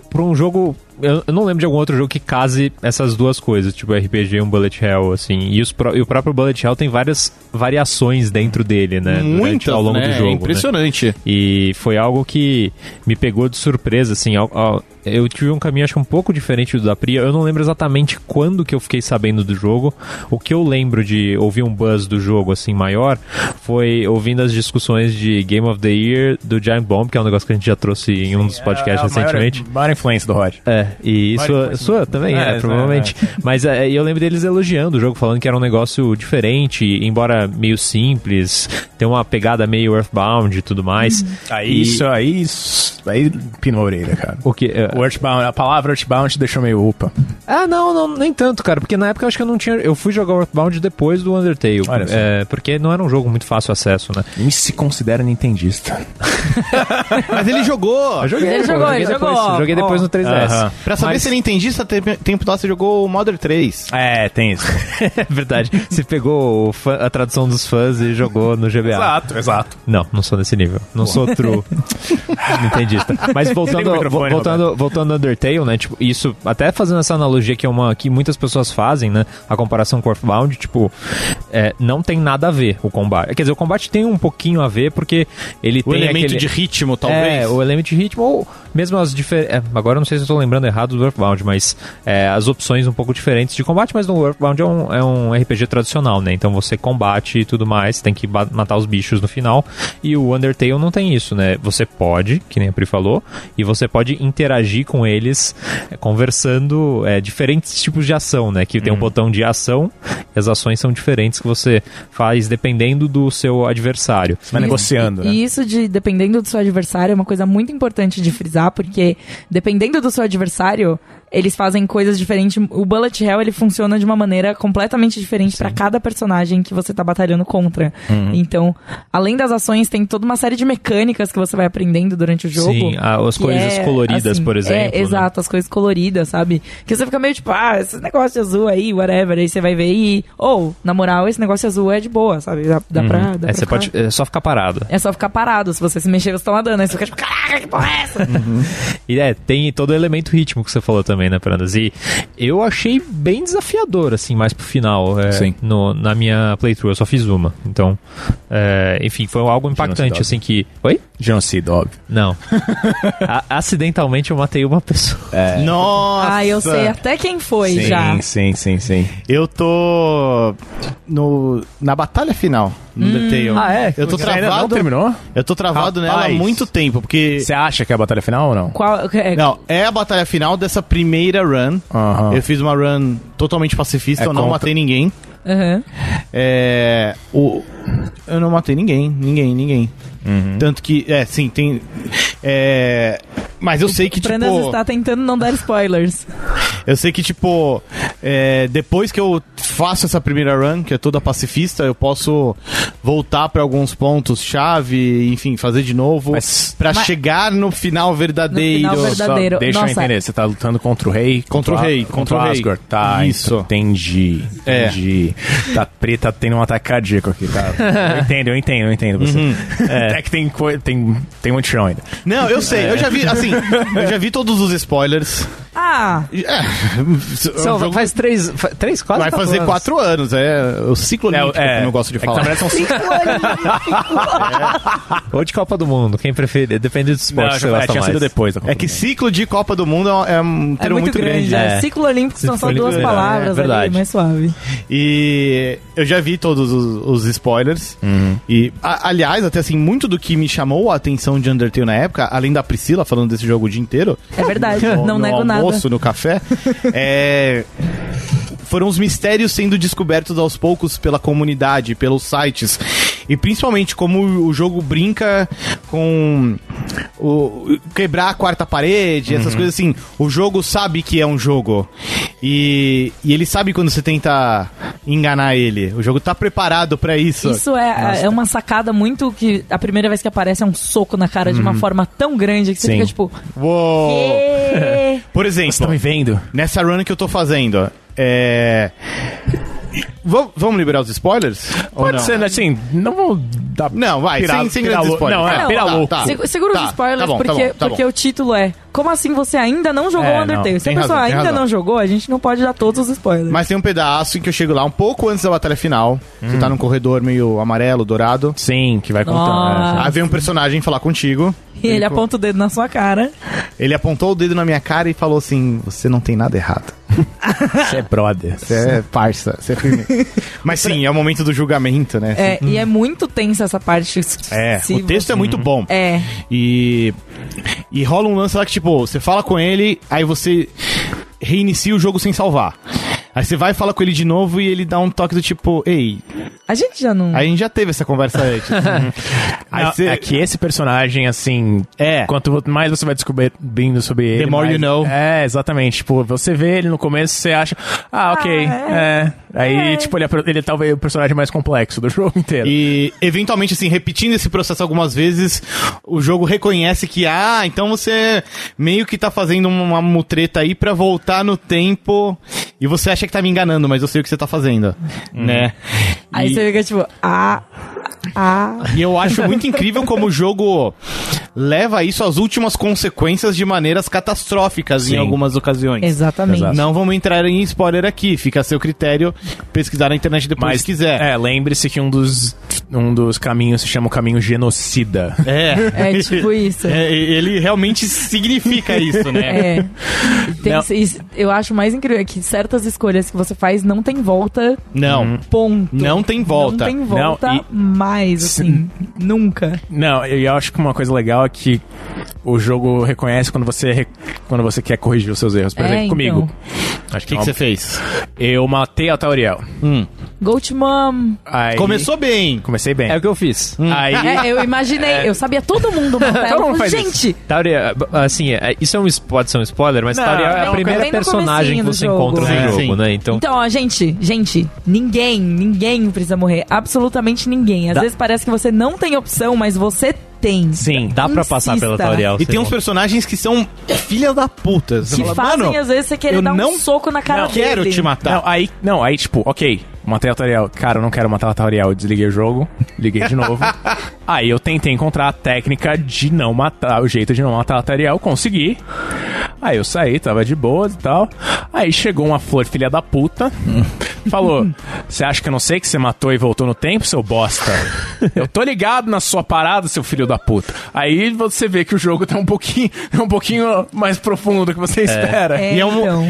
[SPEAKER 2] pra um jogo. Eu eu não lembro de algum outro jogo que case essas duas coisas, tipo RPG e um Bullet Hell, assim. E, os pró- e o próprio Bullet Hell tem várias variações dentro dele, né? durante-
[SPEAKER 1] Muito
[SPEAKER 2] ao longo
[SPEAKER 1] né?
[SPEAKER 2] do jogo.
[SPEAKER 1] É
[SPEAKER 2] né?
[SPEAKER 1] impressionante.
[SPEAKER 2] E foi algo que me pegou de surpresa, assim. ao- ao- eu tive um caminho, acho que um pouco diferente do da Priya. Eu não lembro exatamente quando que eu fiquei sabendo do jogo. O que eu lembro de ouvir um buzz do jogo, assim, maior, foi ouvindo as discussões de Game of the Year do Giant Bomb, que é um negócio que a gente já trouxe em um dos podcasts
[SPEAKER 4] É a maior-
[SPEAKER 2] recentemente.
[SPEAKER 4] Maior influência do Rod.
[SPEAKER 2] É, e
[SPEAKER 4] Mas
[SPEAKER 2] sua,
[SPEAKER 4] depois-
[SPEAKER 2] sua também,
[SPEAKER 4] É,
[SPEAKER 2] é,
[SPEAKER 4] é,
[SPEAKER 2] provavelmente. Mas é, eu lembro deles elogiando o jogo, falando que era um negócio diferente, embora meio simples, tem uma pegada meio Earthbound e tudo mais.
[SPEAKER 4] Aí,
[SPEAKER 2] E-
[SPEAKER 4] isso, aí, isso, aí pina a orelha, cara.
[SPEAKER 2] O que, é,
[SPEAKER 4] O Earthbound, a palavra Earthbound te deixou meio upa.
[SPEAKER 2] Ah, não, não, nem tanto, cara, porque na época eu acho que eu não tinha. Eu fui jogar o Earthbound depois do Undertale.
[SPEAKER 4] Olha só.
[SPEAKER 2] é, porque não era um jogo muito fácil acesso, né?
[SPEAKER 4] E se considera nintendista.
[SPEAKER 1] Mas ele jogou.
[SPEAKER 2] joguei,
[SPEAKER 3] Ele
[SPEAKER 2] pô,
[SPEAKER 3] jogou,
[SPEAKER 2] joguei
[SPEAKER 3] ele
[SPEAKER 2] depois,
[SPEAKER 3] jogou, ó,
[SPEAKER 2] Joguei depois
[SPEAKER 3] ó.
[SPEAKER 2] no 3DS.
[SPEAKER 4] Aham.
[SPEAKER 1] Pra saber
[SPEAKER 2] Mas-
[SPEAKER 1] se ele entendista, teve- tempo nosso você jogou o Mother 3.
[SPEAKER 4] É, tem isso.
[SPEAKER 2] É verdade. Você pegou o fã- a tradução dos fãs e jogou no GBA.
[SPEAKER 4] exato, exato.
[SPEAKER 2] Não, não sou nesse nível. Não sou true nintendista. Mas
[SPEAKER 4] Liga
[SPEAKER 2] voltando,
[SPEAKER 4] o microfone,
[SPEAKER 2] vo- voltando, voltando ao Undertale, né? Tipo, isso, até fazendo essa analogia que é uma que muitas pessoas fazem, né? A comparação com Earthbound, tipo, é, não tem nada a ver o combate. Quer dizer, o combate tem um pouquinho a ver porque ele
[SPEAKER 1] O
[SPEAKER 2] tem
[SPEAKER 1] elemento
[SPEAKER 2] aquele...
[SPEAKER 1] de ritmo, talvez.
[SPEAKER 2] É, o elemento de ritmo, ou mesmo as diferenças. Agora eu não sei se eu tô lembrando errado do Earthbound, mas é, as opções um pouco diferentes de combate, mas no Earthbound é um, é um RPG tradicional, né? Então você combate e tudo mais, tem que ba- matar os bichos no final. E o Undertale não tem isso, né? Você pode, que nem a Pri falou, e você pode interagir com eles é, conversando é, diferentes tipos de ação, né? Que tem um botão de ação, e as ações são diferentes que você faz dependendo do seu adversário.
[SPEAKER 4] Você vai negociando, né?
[SPEAKER 3] E isso de dependendo do seu adversário é uma coisa muito importante de frisar, porque dependendo do seu adversário, eles fazem coisas diferentes. O Bullet Hell ele funciona de uma maneira completamente diferente pra cada personagem que você tá batalhando contra.
[SPEAKER 4] Uhum.
[SPEAKER 3] Então, além das ações, tem toda uma série de mecânicas que você vai aprendendo durante o jogo.
[SPEAKER 2] Sim, ah, as
[SPEAKER 3] que
[SPEAKER 2] coisas
[SPEAKER 3] é,
[SPEAKER 2] coloridas,
[SPEAKER 3] assim,
[SPEAKER 2] por exemplo.
[SPEAKER 3] É,
[SPEAKER 2] né?
[SPEAKER 3] exato, as coisas coloridas, sabe? Que você fica meio tipo, ah, esse negócio de azul aí, whatever. Aí você vai ver e. Ou, na moral, esse negócio azul é de boa, sabe? Dá, dá pra. Dá pra
[SPEAKER 2] É, você
[SPEAKER 3] ficar-
[SPEAKER 2] pode é só ficar parado.
[SPEAKER 3] é só ficar parado. Se você se mexer, você toma dano. Aí você fica tipo, caraca, que porra é essa?
[SPEAKER 2] E é, tem todo o elemento ritmo que você falou também, né, Prandas? E eu achei bem desafiador, assim, mais pro final. é,
[SPEAKER 4] Sim.
[SPEAKER 2] no- na minha playthrough, eu só fiz uma. Então, é, enfim, foi algo impactante,
[SPEAKER 4] Genocida.
[SPEAKER 2] assim, que. Oi?
[SPEAKER 4] Genocida, óbvio.
[SPEAKER 2] Não. A- acidentalmente eu matei uma pessoa.
[SPEAKER 1] Nossa!
[SPEAKER 3] Ah, eu sei até quem foi
[SPEAKER 4] sim,
[SPEAKER 3] já.
[SPEAKER 4] sim, sim, sim.
[SPEAKER 1] Eu tô no, na batalha final no Undertale.
[SPEAKER 2] Ah, é?
[SPEAKER 1] Eu tô
[SPEAKER 4] Você ainda não
[SPEAKER 1] travado,
[SPEAKER 4] terminou?
[SPEAKER 1] eu tô travado nela há
[SPEAKER 4] Rapaz.
[SPEAKER 1] muito tempo, porque...
[SPEAKER 4] Você acha que é a batalha final ou não?
[SPEAKER 3] Qual, é,
[SPEAKER 1] Não, é a batalha final dessa primeira run.
[SPEAKER 4] Aham.
[SPEAKER 1] Eu fiz uma run totalmente pacifista,
[SPEAKER 4] Ah. É
[SPEAKER 1] eu não
[SPEAKER 4] contra-
[SPEAKER 1] matei ninguém.
[SPEAKER 3] aham.
[SPEAKER 2] Tipo,
[SPEAKER 1] É. O, eu não matei ninguém, ninguém, ninguém.
[SPEAKER 4] Uhum.
[SPEAKER 1] Tanto que, é, sim, tem. É. Mas eu sei que, tipo.
[SPEAKER 3] Prandas está tentando não dar spoilers.
[SPEAKER 1] Eu sei que, tipo, é, depois que eu faço essa primeira run, que é toda pacifista, eu posso voltar pra alguns pontos chave, enfim, fazer de novo
[SPEAKER 4] Mas-
[SPEAKER 1] pra
[SPEAKER 3] mas-
[SPEAKER 1] chegar no final verdadeiro.
[SPEAKER 3] No final
[SPEAKER 1] Só-
[SPEAKER 3] verdadeiro.
[SPEAKER 4] Deixa eu
[SPEAKER 3] Nossa.
[SPEAKER 4] entender, você tá lutando contra o rei.
[SPEAKER 1] Contra o rei,
[SPEAKER 4] a-
[SPEAKER 1] contra o rei.
[SPEAKER 4] Asgard. Tá,
[SPEAKER 1] Isso.
[SPEAKER 4] isso. Entendi.
[SPEAKER 1] É.
[SPEAKER 4] Entendi. Tá preta tendo um ataque cardíaco aqui, tá? Eu entendo, eu entendo, eu entendo você.
[SPEAKER 1] Uhum.
[SPEAKER 4] É. que tem, coi- tem, tem muito chão ainda.
[SPEAKER 1] Não, eu sei, eu já vi, assim, eu já vi todos os spoilers.
[SPEAKER 3] Ah,
[SPEAKER 1] É, o
[SPEAKER 2] São-
[SPEAKER 1] jogo
[SPEAKER 2] faz três, fa- três, quase
[SPEAKER 1] vai
[SPEAKER 2] quatro
[SPEAKER 1] fazer
[SPEAKER 2] anos.
[SPEAKER 1] quatro anos, é o ciclo olímpico que eu não gosto de
[SPEAKER 4] é que
[SPEAKER 1] falar.
[SPEAKER 4] na verdade são cinco.
[SPEAKER 2] Ou de Copa do Mundo, quem prefere, depende do esporte que você
[SPEAKER 4] Não, já- é,
[SPEAKER 2] gosta
[SPEAKER 4] tinha sido
[SPEAKER 2] mais.
[SPEAKER 4] depois da Copa
[SPEAKER 1] É que
[SPEAKER 4] do Mundo.
[SPEAKER 1] ciclo de Copa do Mundo é um- é um
[SPEAKER 3] é
[SPEAKER 1] termo
[SPEAKER 3] muito, grande.
[SPEAKER 2] É.
[SPEAKER 3] é. Ciclo olímpico são só
[SPEAKER 2] Ciclo
[SPEAKER 3] duas
[SPEAKER 2] olímpico, é,
[SPEAKER 3] palavras ali,
[SPEAKER 2] verdade.
[SPEAKER 3] mais suave.
[SPEAKER 1] E eu já vi todos os, os spoilers.
[SPEAKER 4] Uhum.
[SPEAKER 1] E, a- aliás, até assim, muito do que me chamou a atenção de Undertale na época, além da Priscila falando desse jogo o dia inteiro,
[SPEAKER 3] É verdade,
[SPEAKER 1] no, no
[SPEAKER 3] não nego nada.
[SPEAKER 1] almoço, no café, é, foram os mistérios sendo descobertos aos poucos pela comunidade, pelos sites. E principalmente como o jogo brinca com o, quebrar a quarta parede, essas coisas assim. O jogo sabe que é um jogo. E, e ele sabe quando você tenta enganar ele. O jogo tá preparado pra isso.
[SPEAKER 3] Isso é, é uma sacada muito que a primeira vez que aparece é um soco na cara de uma
[SPEAKER 1] Uhum.
[SPEAKER 3] forma tão grande que você
[SPEAKER 4] Sim.
[SPEAKER 3] fica tipo.
[SPEAKER 1] Uou!
[SPEAKER 3] "Ê".
[SPEAKER 1] Por exemplo.
[SPEAKER 4] Você tá me vendo?
[SPEAKER 1] Nessa run que eu tô fazendo, é. Va- vamos liberar os spoilers? Ou
[SPEAKER 4] Pode
[SPEAKER 1] não?
[SPEAKER 4] ser, né, assim, não vou dar...
[SPEAKER 1] Não, vai,
[SPEAKER 4] Pira-
[SPEAKER 1] sem, sem
[SPEAKER 4] pira
[SPEAKER 1] grandes
[SPEAKER 4] lou-
[SPEAKER 1] spoilers.
[SPEAKER 4] não, é,
[SPEAKER 3] pira
[SPEAKER 4] louco.
[SPEAKER 1] tá.
[SPEAKER 3] Se- Segura
[SPEAKER 1] Tá,
[SPEAKER 3] os spoilers,
[SPEAKER 1] tá bom, tá
[SPEAKER 3] porque,
[SPEAKER 1] bom, tá
[SPEAKER 3] porque
[SPEAKER 1] bom.
[SPEAKER 3] o título é Como assim você ainda não jogou
[SPEAKER 4] É,
[SPEAKER 3] o Undertale?
[SPEAKER 4] não,
[SPEAKER 3] Se a
[SPEAKER 1] tem
[SPEAKER 3] pessoa
[SPEAKER 1] razão, tem
[SPEAKER 3] ainda
[SPEAKER 1] razão.
[SPEAKER 3] não jogou, a gente não pode dar todos os spoilers.
[SPEAKER 1] Mas tem um pedaço em que eu chego lá um pouco antes da batalha final. Você
[SPEAKER 3] Hum.
[SPEAKER 1] tá num corredor meio amarelo, dourado.
[SPEAKER 4] Sim, que vai contar.
[SPEAKER 3] Nossa.
[SPEAKER 1] Aí vem um personagem falar contigo.
[SPEAKER 3] Ah, E ele aponta o dedo na sua cara.
[SPEAKER 1] Ele apontou o dedo na minha cara e falou assim: Você não tem nada errado.
[SPEAKER 4] Você é brother.
[SPEAKER 1] Você é parça, você é firme. Mas sim, é o momento do julgamento, né?
[SPEAKER 3] É, E é muito tensa essa parte.
[SPEAKER 1] É,
[SPEAKER 3] se
[SPEAKER 1] o texto
[SPEAKER 3] você-
[SPEAKER 1] é muito bom.
[SPEAKER 3] É.
[SPEAKER 1] E. E rola um lance lá que, tipo, você fala com ele, aí você reinicia o jogo sem salvar. Aí você vai falar com ele de novo e ele dá um toque do tipo, ei,
[SPEAKER 3] A gente já não.
[SPEAKER 1] aí a gente já teve essa conversa antes. aí
[SPEAKER 4] Não,
[SPEAKER 1] você.
[SPEAKER 4] É que esse personagem, assim.
[SPEAKER 1] É.
[SPEAKER 4] Quanto mais você vai descobrindo sobre ele.
[SPEAKER 1] more
[SPEAKER 4] mais-
[SPEAKER 1] you know.
[SPEAKER 4] É, exatamente. Tipo, você vê ele no começo, você acha. Ah, ok.
[SPEAKER 3] é.
[SPEAKER 4] é. Aí,
[SPEAKER 3] É.
[SPEAKER 4] tipo, ele é, pro- ele é talvez o personagem mais complexo do jogo inteiro.
[SPEAKER 1] E eventualmente, assim, repetindo esse processo algumas vezes, o jogo reconhece que, ah, então você meio que tá fazendo uma mutreta aí pra voltar no tempo e você acha que tá me enganando, mas eu sei o que você tá fazendo,
[SPEAKER 4] Uhum.
[SPEAKER 1] né?
[SPEAKER 3] Aí
[SPEAKER 1] E-
[SPEAKER 3] você fica tipo, ah. Ah.
[SPEAKER 1] E eu acho muito incrível como o jogo leva isso às últimas consequências de maneiras catastróficas em
[SPEAKER 4] Sim.
[SPEAKER 1] algumas ocasiões.
[SPEAKER 3] Exatamente.
[SPEAKER 4] Exato.
[SPEAKER 1] Não vamos entrar em spoiler aqui, fica a seu critério pesquisar na internet depois
[SPEAKER 4] Mas
[SPEAKER 1] se quiser.
[SPEAKER 4] É, lembre-se que um dos, um dos caminhos se chama o caminho genocida.
[SPEAKER 1] É.
[SPEAKER 3] É tipo isso.
[SPEAKER 1] É, e- ele realmente significa isso, né?
[SPEAKER 3] É. Tem-
[SPEAKER 4] Não.
[SPEAKER 3] isso- eu acho mais incrível é que certas escolhas que você faz não tem volta,
[SPEAKER 1] Não.
[SPEAKER 3] ponto.
[SPEAKER 1] Não tem volta.
[SPEAKER 3] Não tem
[SPEAKER 4] Não,
[SPEAKER 3] volta
[SPEAKER 4] e-
[SPEAKER 3] mais, assim. Nunca.
[SPEAKER 4] Não, eu eu acho que uma coisa legal é que o jogo reconhece quando você, re- quando você quer corrigir os seus erros. Por
[SPEAKER 3] É,
[SPEAKER 4] exemplo, comigo. é
[SPEAKER 1] O que, que você fez?
[SPEAKER 4] Eu matei a Tauriel.
[SPEAKER 3] Go to mom.
[SPEAKER 4] Aí-
[SPEAKER 1] Começou bem.
[SPEAKER 4] Comecei bem.
[SPEAKER 2] É o que eu fiz.
[SPEAKER 4] Aí.
[SPEAKER 3] É, eu imaginei. Eu sabia todo mundo
[SPEAKER 2] Então
[SPEAKER 3] matar Tá, ela.
[SPEAKER 4] Todo mundo
[SPEAKER 3] Eu falei,
[SPEAKER 4] faz
[SPEAKER 3] Gente,
[SPEAKER 2] Tauria, b- assim, é- isso é um spo- pode ser um spoiler, mas
[SPEAKER 4] Não,
[SPEAKER 2] Tauria é
[SPEAKER 4] não,
[SPEAKER 2] a primeira
[SPEAKER 3] bem no
[SPEAKER 2] personagem que
[SPEAKER 3] comecinho do
[SPEAKER 2] você
[SPEAKER 3] jogo.
[SPEAKER 2] encontra no
[SPEAKER 1] É,
[SPEAKER 2] jogo,
[SPEAKER 1] sim.
[SPEAKER 2] né? Então,
[SPEAKER 3] Então, ó, gente, gente, ninguém, ninguém precisa morrer. Absolutamente ninguém. Às
[SPEAKER 2] Dá-
[SPEAKER 3] vezes parece que você não tem opção, mas você tem.
[SPEAKER 4] Sim.
[SPEAKER 2] dá pra passar
[SPEAKER 3] insista.
[SPEAKER 2] pela Tauriel.
[SPEAKER 1] E
[SPEAKER 2] sem
[SPEAKER 1] tem um uns
[SPEAKER 2] volta.
[SPEAKER 1] personagens que são filha da puta. Você
[SPEAKER 3] Que
[SPEAKER 1] fala,
[SPEAKER 3] fazem,
[SPEAKER 1] mano,
[SPEAKER 3] às vezes, você
[SPEAKER 1] eu
[SPEAKER 3] querer dar
[SPEAKER 1] não
[SPEAKER 3] um soco na cara
[SPEAKER 1] não
[SPEAKER 3] dele.
[SPEAKER 1] quero te matar.
[SPEAKER 4] Não, aí, não, aí, tipo, ok, matei a Tauriel. Cara, eu não quero matar a Tauriel. Eu Desliguei o jogo, liguei de novo. aí eu tentei encontrar a técnica de não matar, o jeito de não matar a Tauriel, consegui. Aí eu saí, tava de boa e tal. Aí chegou uma flor filha da puta, falou: Você acha que eu não sei que você matou e voltou no tempo, seu bosta? Eu tô ligado na sua parada, seu filho da puta. Aí você vê que o jogo tá um pouquinho, um pouquinho mais profundo do que você espera.
[SPEAKER 3] É,
[SPEAKER 1] E é um-
[SPEAKER 3] então.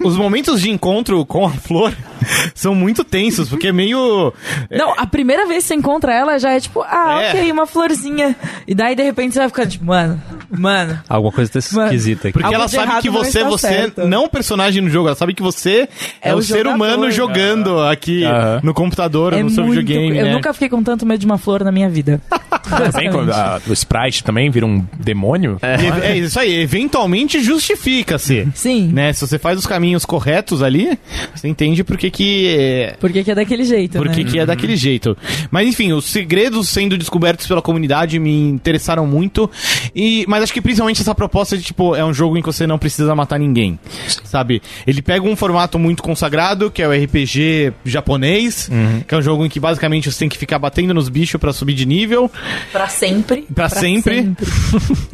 [SPEAKER 1] Os momentos de encontro com a flor são muito tensos, porque é meio.
[SPEAKER 3] Não, a primeira vez que você encontra ela já é tipo, ah,
[SPEAKER 1] É.
[SPEAKER 3] ok, uma florzinha. E daí, de repente, você vai ficando tipo, mano, mano.
[SPEAKER 2] Alguma coisa tá esquisita aqui.
[SPEAKER 1] Porque
[SPEAKER 3] Algo
[SPEAKER 1] ela
[SPEAKER 3] de
[SPEAKER 1] sabe
[SPEAKER 3] errado
[SPEAKER 1] que
[SPEAKER 3] não
[SPEAKER 1] você,
[SPEAKER 3] está
[SPEAKER 1] você
[SPEAKER 3] certo.
[SPEAKER 1] não é um personagem no jogo, ela sabe que você é,
[SPEAKER 3] É
[SPEAKER 1] o,
[SPEAKER 3] o
[SPEAKER 1] ser
[SPEAKER 3] jogador.
[SPEAKER 1] humano jogando aqui
[SPEAKER 4] Aham.
[SPEAKER 1] no computador,
[SPEAKER 3] É
[SPEAKER 1] ou no seu
[SPEAKER 3] muito.
[SPEAKER 1] videogame.
[SPEAKER 3] eu
[SPEAKER 1] né?
[SPEAKER 3] nunca fiquei com tanto medo de uma flor na minha vida.
[SPEAKER 4] Também quando a- o Sprite também vira um demônio.
[SPEAKER 1] E- É isso aí, eventualmente justifica-se.
[SPEAKER 3] Sim.
[SPEAKER 1] Né? Se você faz os caminhos corretos ali, você entende por que que é,
[SPEAKER 3] Por que que é daquele jeito,
[SPEAKER 1] por que
[SPEAKER 3] né?
[SPEAKER 1] que é daquele jeito. Mas enfim, os segredos sendo descobertos pela comunidade me interessaram muito. E, mas acho que principalmente essa proposta de tipo, é um jogo em que você não precisa matar ninguém. Sabe? Ele pega um formato muito consagrado, que é o RPG japonês, que é um jogo em que basicamente você tem que ficar batendo nos bichos pra subir de nível.
[SPEAKER 3] Pra sempre.
[SPEAKER 1] Pra sempre.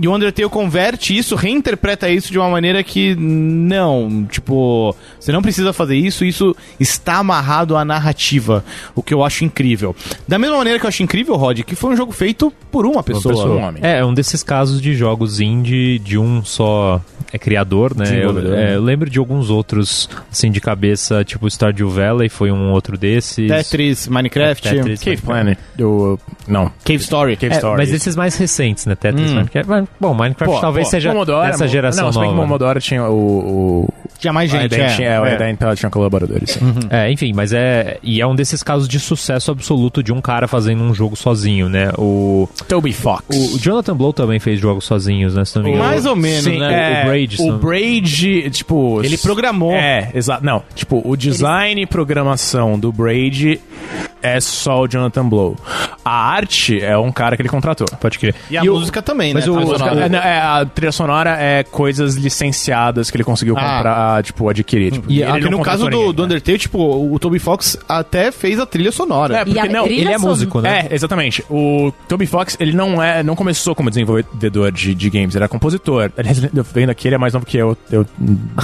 [SPEAKER 1] E o Undertale converte isso, reinterpreta isso de uma maneira que não, tipo, você não precisa fazer isso, isso está amarrado à narrativa, o que eu acho incrível. Da mesma maneira que eu acho incrível, Rod, que foi um jogo feito por uma pessoa.
[SPEAKER 4] pessoa. um homem.
[SPEAKER 2] É, é um desses casos de jogos indie de um só é criador, né? Eu,
[SPEAKER 4] Desenvolvedor,
[SPEAKER 2] é,
[SPEAKER 4] né?
[SPEAKER 2] eu lembro de alguns outros, assim, de cabeça, tipo Stardew Valley foi um outro desses.
[SPEAKER 1] Tetris, Minecraft,
[SPEAKER 2] Tetris,
[SPEAKER 4] Cave
[SPEAKER 2] mas-
[SPEAKER 1] né,
[SPEAKER 4] Planet. Do, não.
[SPEAKER 1] Cave Story.
[SPEAKER 4] É, Cave
[SPEAKER 2] É,
[SPEAKER 4] Story.
[SPEAKER 2] mas esses mais recentes, né? Tetris,
[SPEAKER 1] Hum.
[SPEAKER 2] Minecraft. mas, Bom, Minecraft
[SPEAKER 4] Pô,
[SPEAKER 2] talvez
[SPEAKER 4] pô,
[SPEAKER 2] seja
[SPEAKER 4] Commodore,
[SPEAKER 2] essa
[SPEAKER 4] Mo-
[SPEAKER 2] geração
[SPEAKER 4] Não, se bem que
[SPEAKER 2] nova. né?
[SPEAKER 4] Commodore tinha o... o
[SPEAKER 1] Tinha mais
[SPEAKER 4] a
[SPEAKER 1] gente,
[SPEAKER 4] Eden tinha, é, o
[SPEAKER 1] é. Uhum.
[SPEAKER 4] Eden Pela tinha colaboradores.
[SPEAKER 2] É, enfim, mas é. E é um desses casos de sucesso absoluto de um cara fazendo um jogo sozinho, né? O,
[SPEAKER 4] Toby Fox.
[SPEAKER 2] o Jonathan Blow também fez jogos sozinhos, né? Se não me engano.
[SPEAKER 1] Mais ou menos,
[SPEAKER 4] Sim,
[SPEAKER 1] né?
[SPEAKER 4] é,
[SPEAKER 2] O Braid, se
[SPEAKER 4] O
[SPEAKER 2] não-
[SPEAKER 4] Braid, tipo...
[SPEAKER 1] Ele programou.
[SPEAKER 4] É, exato. Não, tipo, o design e programação do Braid é só o Jonathan Blow. A arte é um cara que ele contratou.
[SPEAKER 2] Pode crer.
[SPEAKER 1] E a
[SPEAKER 2] o-
[SPEAKER 1] música também,
[SPEAKER 2] mas
[SPEAKER 1] né?
[SPEAKER 2] o-
[SPEAKER 1] Trilha
[SPEAKER 2] os
[SPEAKER 1] sonora.
[SPEAKER 2] caras-
[SPEAKER 4] É, não, é, a trilha sonora é coisas licenciadas que ele conseguiu
[SPEAKER 1] Ah.
[SPEAKER 4] comprar, tipo, adquirir. Tipo,
[SPEAKER 2] E
[SPEAKER 4] ele
[SPEAKER 1] Porque
[SPEAKER 4] não
[SPEAKER 1] no caso
[SPEAKER 4] contratou
[SPEAKER 1] do,
[SPEAKER 4] ninguém,
[SPEAKER 1] do
[SPEAKER 4] né?
[SPEAKER 1] Undertale, tipo, o Toby Fox até fez a trilha sonora.
[SPEAKER 4] É,
[SPEAKER 3] E a
[SPEAKER 4] porque não,
[SPEAKER 3] trilha
[SPEAKER 2] Ele é
[SPEAKER 3] sonora-
[SPEAKER 2] músico, né?
[SPEAKER 4] É, exatamente. O Toby Fox, ele não é, não começou como desenvolvedor de, de games, ele era compositor. Aliás, eu vendo aqui, ele é mais novo que eu. Eu,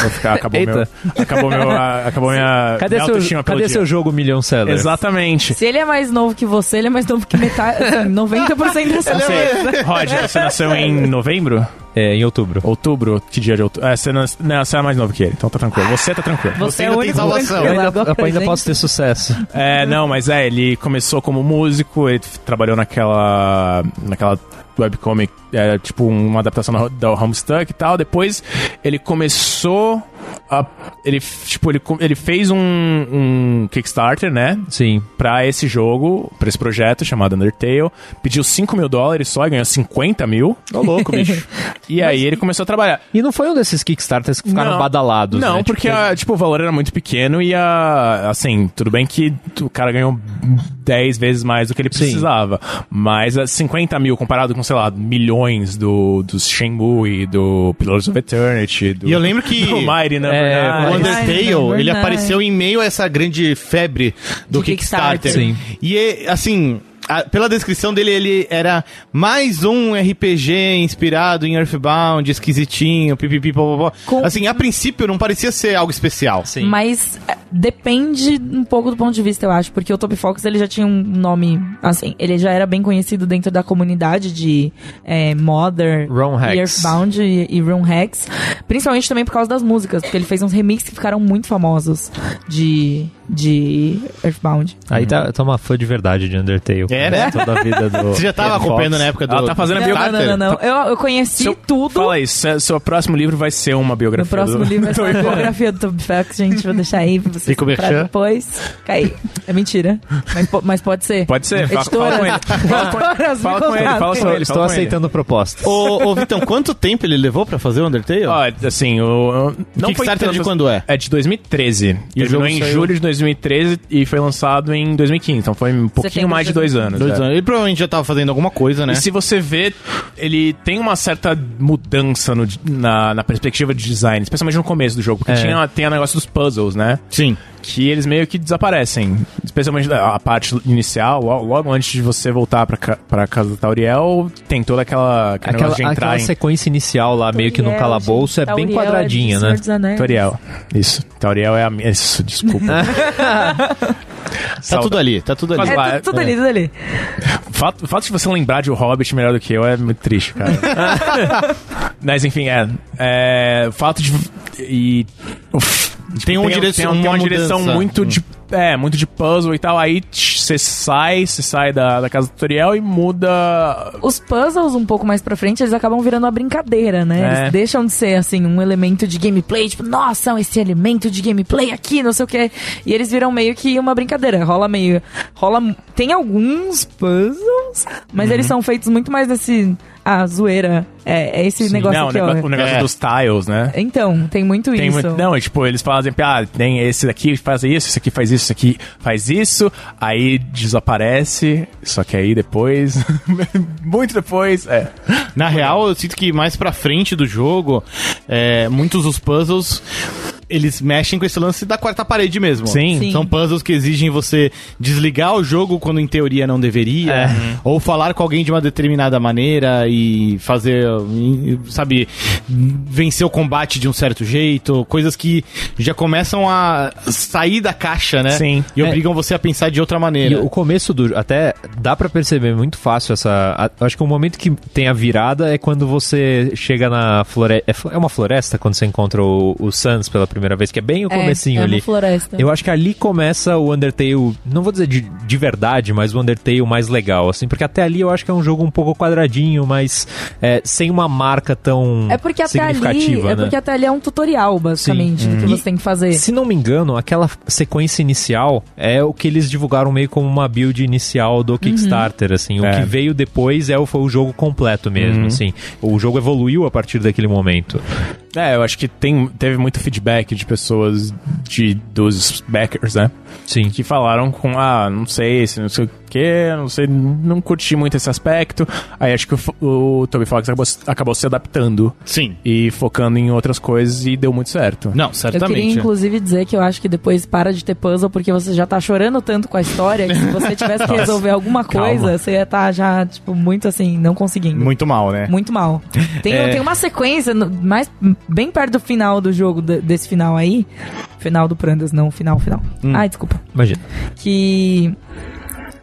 [SPEAKER 4] eu ficar, acabou meu,
[SPEAKER 2] Eita.
[SPEAKER 4] acabou meu, ah, acabou minha,
[SPEAKER 2] Cadê
[SPEAKER 4] minha autoestima
[SPEAKER 2] seu,
[SPEAKER 4] pelo
[SPEAKER 2] cadê
[SPEAKER 4] dia.
[SPEAKER 2] seu jogo Million Seller?
[SPEAKER 4] Exatamente. Exatamente.
[SPEAKER 3] Se ele é mais novo que você, ele é mais novo que metade. assim, 90% da sua
[SPEAKER 1] é,
[SPEAKER 4] Não sei.
[SPEAKER 3] vida.
[SPEAKER 4] Roger, você nasceu em novembro?
[SPEAKER 2] É, em outubro.
[SPEAKER 4] Outubro? Que dia de outubro? É, você nas- não, você é mais novo que ele, então tá tranquilo. Você tá tranquilo.
[SPEAKER 3] Você é
[SPEAKER 1] ainda
[SPEAKER 3] o
[SPEAKER 1] tem
[SPEAKER 3] único
[SPEAKER 1] salvação.
[SPEAKER 3] tranquilo
[SPEAKER 2] Eu ainda,
[SPEAKER 3] agora,
[SPEAKER 2] eu ainda
[SPEAKER 3] gente.
[SPEAKER 2] posso ter sucesso.
[SPEAKER 4] É, não, mas é, ele começou como músico, ele f- trabalhou naquela. naquela webcomic, é, tipo uma adaptação da, da Homestuck e tal. Depois ele começou a. Ele, f- tipo, ele, co- ele fez um, um Kickstarter, né?
[SPEAKER 2] Sim.
[SPEAKER 4] Pra esse jogo, pra esse projeto chamado Undertale. Pediu 5 mil dólares só e ganhou 50 mil. Ô louco, bicho. E aí ele começou a trabalhar.
[SPEAKER 2] E não foi um desses Kickstarters que ficaram
[SPEAKER 4] Não.
[SPEAKER 2] badalados,
[SPEAKER 4] Não,
[SPEAKER 2] né? Tipo,
[SPEAKER 4] porque a- tipo, o valor era muito pequeno e a. Assim, tudo bem que o cara ganhou 10 vezes mais do que ele precisava. Mas a 50 mil comparado com, sei lá, milhões do, dos Shenmue, do Pillars of Eternity, do.
[SPEAKER 1] E eu lembro que-
[SPEAKER 4] Do Mighty, né?
[SPEAKER 2] É,
[SPEAKER 1] O
[SPEAKER 2] Mas-
[SPEAKER 1] Undertale,
[SPEAKER 3] Ai, não é
[SPEAKER 1] ele
[SPEAKER 3] verdade.
[SPEAKER 1] apareceu em meio a essa grande febre do
[SPEAKER 3] De
[SPEAKER 1] Kickstarter.
[SPEAKER 3] Kickstarter.
[SPEAKER 2] Sim.
[SPEAKER 1] E, é, assim, a- pela descrição dele, ele era mais um RPG inspirado em Earthbound, esquisitinho, pipipi, popopó.
[SPEAKER 3] Com-
[SPEAKER 1] Assim, a princípio não parecia ser algo especial.
[SPEAKER 2] Sim.
[SPEAKER 3] Mas eh, depende um pouco do ponto de vista, eu acho, porque o Toby Fox ele já tinha um nome, assim, ele já era bem conhecido dentro da comunidade de eh, Mother,
[SPEAKER 2] Ron Hacks.
[SPEAKER 3] e Earthbound e, e Ron Hacks, principalmente também por causa das músicas, porque ele fez uns remixes que ficaram muito famosos de, de Earthbound.
[SPEAKER 2] Aí tá, tá uma fã de verdade de Undertale.
[SPEAKER 1] É, né?
[SPEAKER 2] Toda a vida do.
[SPEAKER 1] Você já tava
[SPEAKER 2] do Fox.
[SPEAKER 1] acompanhando na época do.
[SPEAKER 4] Ela tá fazendo a
[SPEAKER 1] do
[SPEAKER 3] Não, não,
[SPEAKER 1] Kickstarter?
[SPEAKER 3] não, não, não. Eu, eu conheci
[SPEAKER 4] Seu-
[SPEAKER 3] tudo.
[SPEAKER 4] Fala isso, seu, seu próximo livro vai ser uma
[SPEAKER 3] No
[SPEAKER 4] biografia.
[SPEAKER 3] próximo
[SPEAKER 4] do-
[SPEAKER 3] livro vai ser a biografia do Toby Fox, gente. Vou deixar aí pra vocês
[SPEAKER 1] Fica o
[SPEAKER 3] pra
[SPEAKER 1] merchan.
[SPEAKER 3] depois. Cai. É mentira. Mas, po- mas pode ser.
[SPEAKER 4] Pode ser, É, fala, fala com ele.
[SPEAKER 3] Editoras.
[SPEAKER 4] Fala com ele, fala com ele, fala com
[SPEAKER 2] Estou,
[SPEAKER 4] ele.
[SPEAKER 2] estou
[SPEAKER 4] fala com ele.
[SPEAKER 2] aceitando propostas.
[SPEAKER 1] Ô, ô, Vitão, quanto tempo ele levou pra fazer o Undertale?
[SPEAKER 4] Ó, assim, o. Não foi
[SPEAKER 1] Kickstarter de
[SPEAKER 4] tanto-
[SPEAKER 1] quando é?
[SPEAKER 4] É de 2013. E
[SPEAKER 1] o jogo
[SPEAKER 4] em
[SPEAKER 1] saiu-
[SPEAKER 4] julho de 2013 e foi lançado em 2015. Então foi um pouquinho
[SPEAKER 3] Setembro
[SPEAKER 4] mais de
[SPEAKER 3] de
[SPEAKER 4] dois anos.
[SPEAKER 1] Dois
[SPEAKER 4] é.
[SPEAKER 1] anos. Ele provavelmente já tava fazendo alguma coisa, né?
[SPEAKER 4] E se você vê, ele tem uma certa mudança no- na, na perspectiva de design, especialmente no começo do jogo, porque
[SPEAKER 2] É.
[SPEAKER 4] tinha, tem o negócio dos puzzles, né?
[SPEAKER 1] Sim.
[SPEAKER 4] Que eles meio que desaparecem. Especialmente a a parte inicial, lo- logo, antes de você voltar pra, ca- pra casa da Tauriel, tem toda aquela, aquele
[SPEAKER 2] Aquela,
[SPEAKER 4] negócio de entrar
[SPEAKER 2] aquela
[SPEAKER 4] em
[SPEAKER 2] sequência inicial lá, meio que no
[SPEAKER 3] Tauriel,
[SPEAKER 2] calabouço, é bem
[SPEAKER 3] Tauriel
[SPEAKER 2] quadradinha,
[SPEAKER 3] é de
[SPEAKER 2] né?
[SPEAKER 3] Senhor dos Anéis.
[SPEAKER 4] Tauriel. Isso. Tauriel é a minha. Isso, desculpa.
[SPEAKER 1] Tá tudo ali, tá tudo ali.
[SPEAKER 3] É
[SPEAKER 4] Mas-
[SPEAKER 3] tudo, tudo ali, tudo ali.
[SPEAKER 4] O fato, o fato de você lembrar de O Hobbit melhor do que eu é muito triste, cara. Mas enfim, é. é, o fato de. E. uf, tipo,
[SPEAKER 1] Tem uma direção-
[SPEAKER 4] tem uma,
[SPEAKER 1] uma
[SPEAKER 4] direção
[SPEAKER 1] mudança. Hum.
[SPEAKER 4] muito de. É, muito de puzzle e tal. Aí tch, você sai, você sai da, da casa do tutorial e muda.
[SPEAKER 3] Os puzzles, um pouco mais pra frente, eles acabam virando uma brincadeira, né?
[SPEAKER 4] É.
[SPEAKER 3] Eles deixam de ser, assim, um elemento de gameplay, tipo, nossa, esse elemento de gameplay aqui, não sei o quê. E eles viram meio que uma brincadeira. Rola meio. Rola. Tem alguns puzzles, mas
[SPEAKER 4] Uhum.
[SPEAKER 3] eles são feitos muito mais nesse. Ah, zoeira. É, é esse negócio
[SPEAKER 4] não, o
[SPEAKER 3] aqui,
[SPEAKER 4] negócio,
[SPEAKER 3] ó.
[SPEAKER 4] o negócio
[SPEAKER 1] É.
[SPEAKER 4] dos tiles, né?
[SPEAKER 3] Então, tem muito
[SPEAKER 4] Tem
[SPEAKER 3] isso.
[SPEAKER 4] muito- não, é tipo, eles falam assim, ah, tem esse daqui faz isso, esse aqui faz isso, esse aqui faz isso, aí desaparece, só que aí depois, muito depois, é.
[SPEAKER 1] Na real, eu sinto que mais pra frente do jogo, é, muitos dos puzzles. Eles mexem com esse lance da quarta parede mesmo.
[SPEAKER 4] Sim.
[SPEAKER 3] Sim.
[SPEAKER 1] São puzzles que exigem você desligar o jogo quando em teoria não deveria.
[SPEAKER 2] É.
[SPEAKER 1] Ou falar com alguém de uma determinada maneira e fazer, e, sabe, vencer o combate de um certo jeito. Coisas que já começam a sair da caixa, né?
[SPEAKER 4] Sim.
[SPEAKER 1] E
[SPEAKER 2] É.
[SPEAKER 1] obrigam você a pensar de outra
[SPEAKER 2] E
[SPEAKER 1] maneira.
[SPEAKER 2] o começo do. Até dá pra perceber muito fácil essa. a- acho que o momento que tem a virada é quando você chega na floresta. É, flo- é uma floresta quando você encontra o, o Sans pela primeira vez, que é bem o comecinho
[SPEAKER 3] é,
[SPEAKER 2] ali.
[SPEAKER 3] Amo floresta.
[SPEAKER 2] Eu acho que ali começa o Undertale, não vou dizer de, de verdade, mas o Undertale mais legal, assim, porque até ali eu acho que é um jogo um pouco quadradinho, mas é, sem uma marca tão
[SPEAKER 3] É porque até ali,
[SPEAKER 2] Hum. significativa,
[SPEAKER 3] é
[SPEAKER 2] né?
[SPEAKER 3] porque até ali é um tutorial, basicamente, do que
[SPEAKER 2] Uhum.
[SPEAKER 3] você tem que fazer.
[SPEAKER 2] Se não me engano, aquela sequência inicial é o que eles divulgaram meio como uma build inicial do Kickstarter, assim. O
[SPEAKER 4] É.
[SPEAKER 2] que veio depois é, o- foi o jogo completo mesmo, assim. O jogo evoluiu a partir daquele momento.
[SPEAKER 4] É, eu acho que tem, teve muito feedback de pessoas de, dos backers, né?
[SPEAKER 2] Sim.
[SPEAKER 4] Que falaram com, ah, não sei, se não sei o porquê, não sei, não curti muito esse aspecto. Aí acho que o, fo- o Toby Fox acabou, acabou se adaptando
[SPEAKER 1] Sim.
[SPEAKER 4] e focando em outras coisas e deu muito certo.
[SPEAKER 1] Não,
[SPEAKER 3] Eu queria,
[SPEAKER 1] certamente.
[SPEAKER 3] inclusive, dizer que eu acho que depois para de ter puzzle, porque você já tá chorando tanto com a história que se você tivesse que resolver alguma coisa,
[SPEAKER 4] calma.
[SPEAKER 3] você ia estar já, tipo, muito assim, não conseguindo. Muito,
[SPEAKER 1] Muito mal, né?
[SPEAKER 3] mal. Tem,
[SPEAKER 1] É.
[SPEAKER 3] tem uma sequência, no- mais, bem perto do final do jogo, de- desse final aí. Final do Prandas, não, final, final. Ai, desculpa.
[SPEAKER 2] Imagina.
[SPEAKER 3] que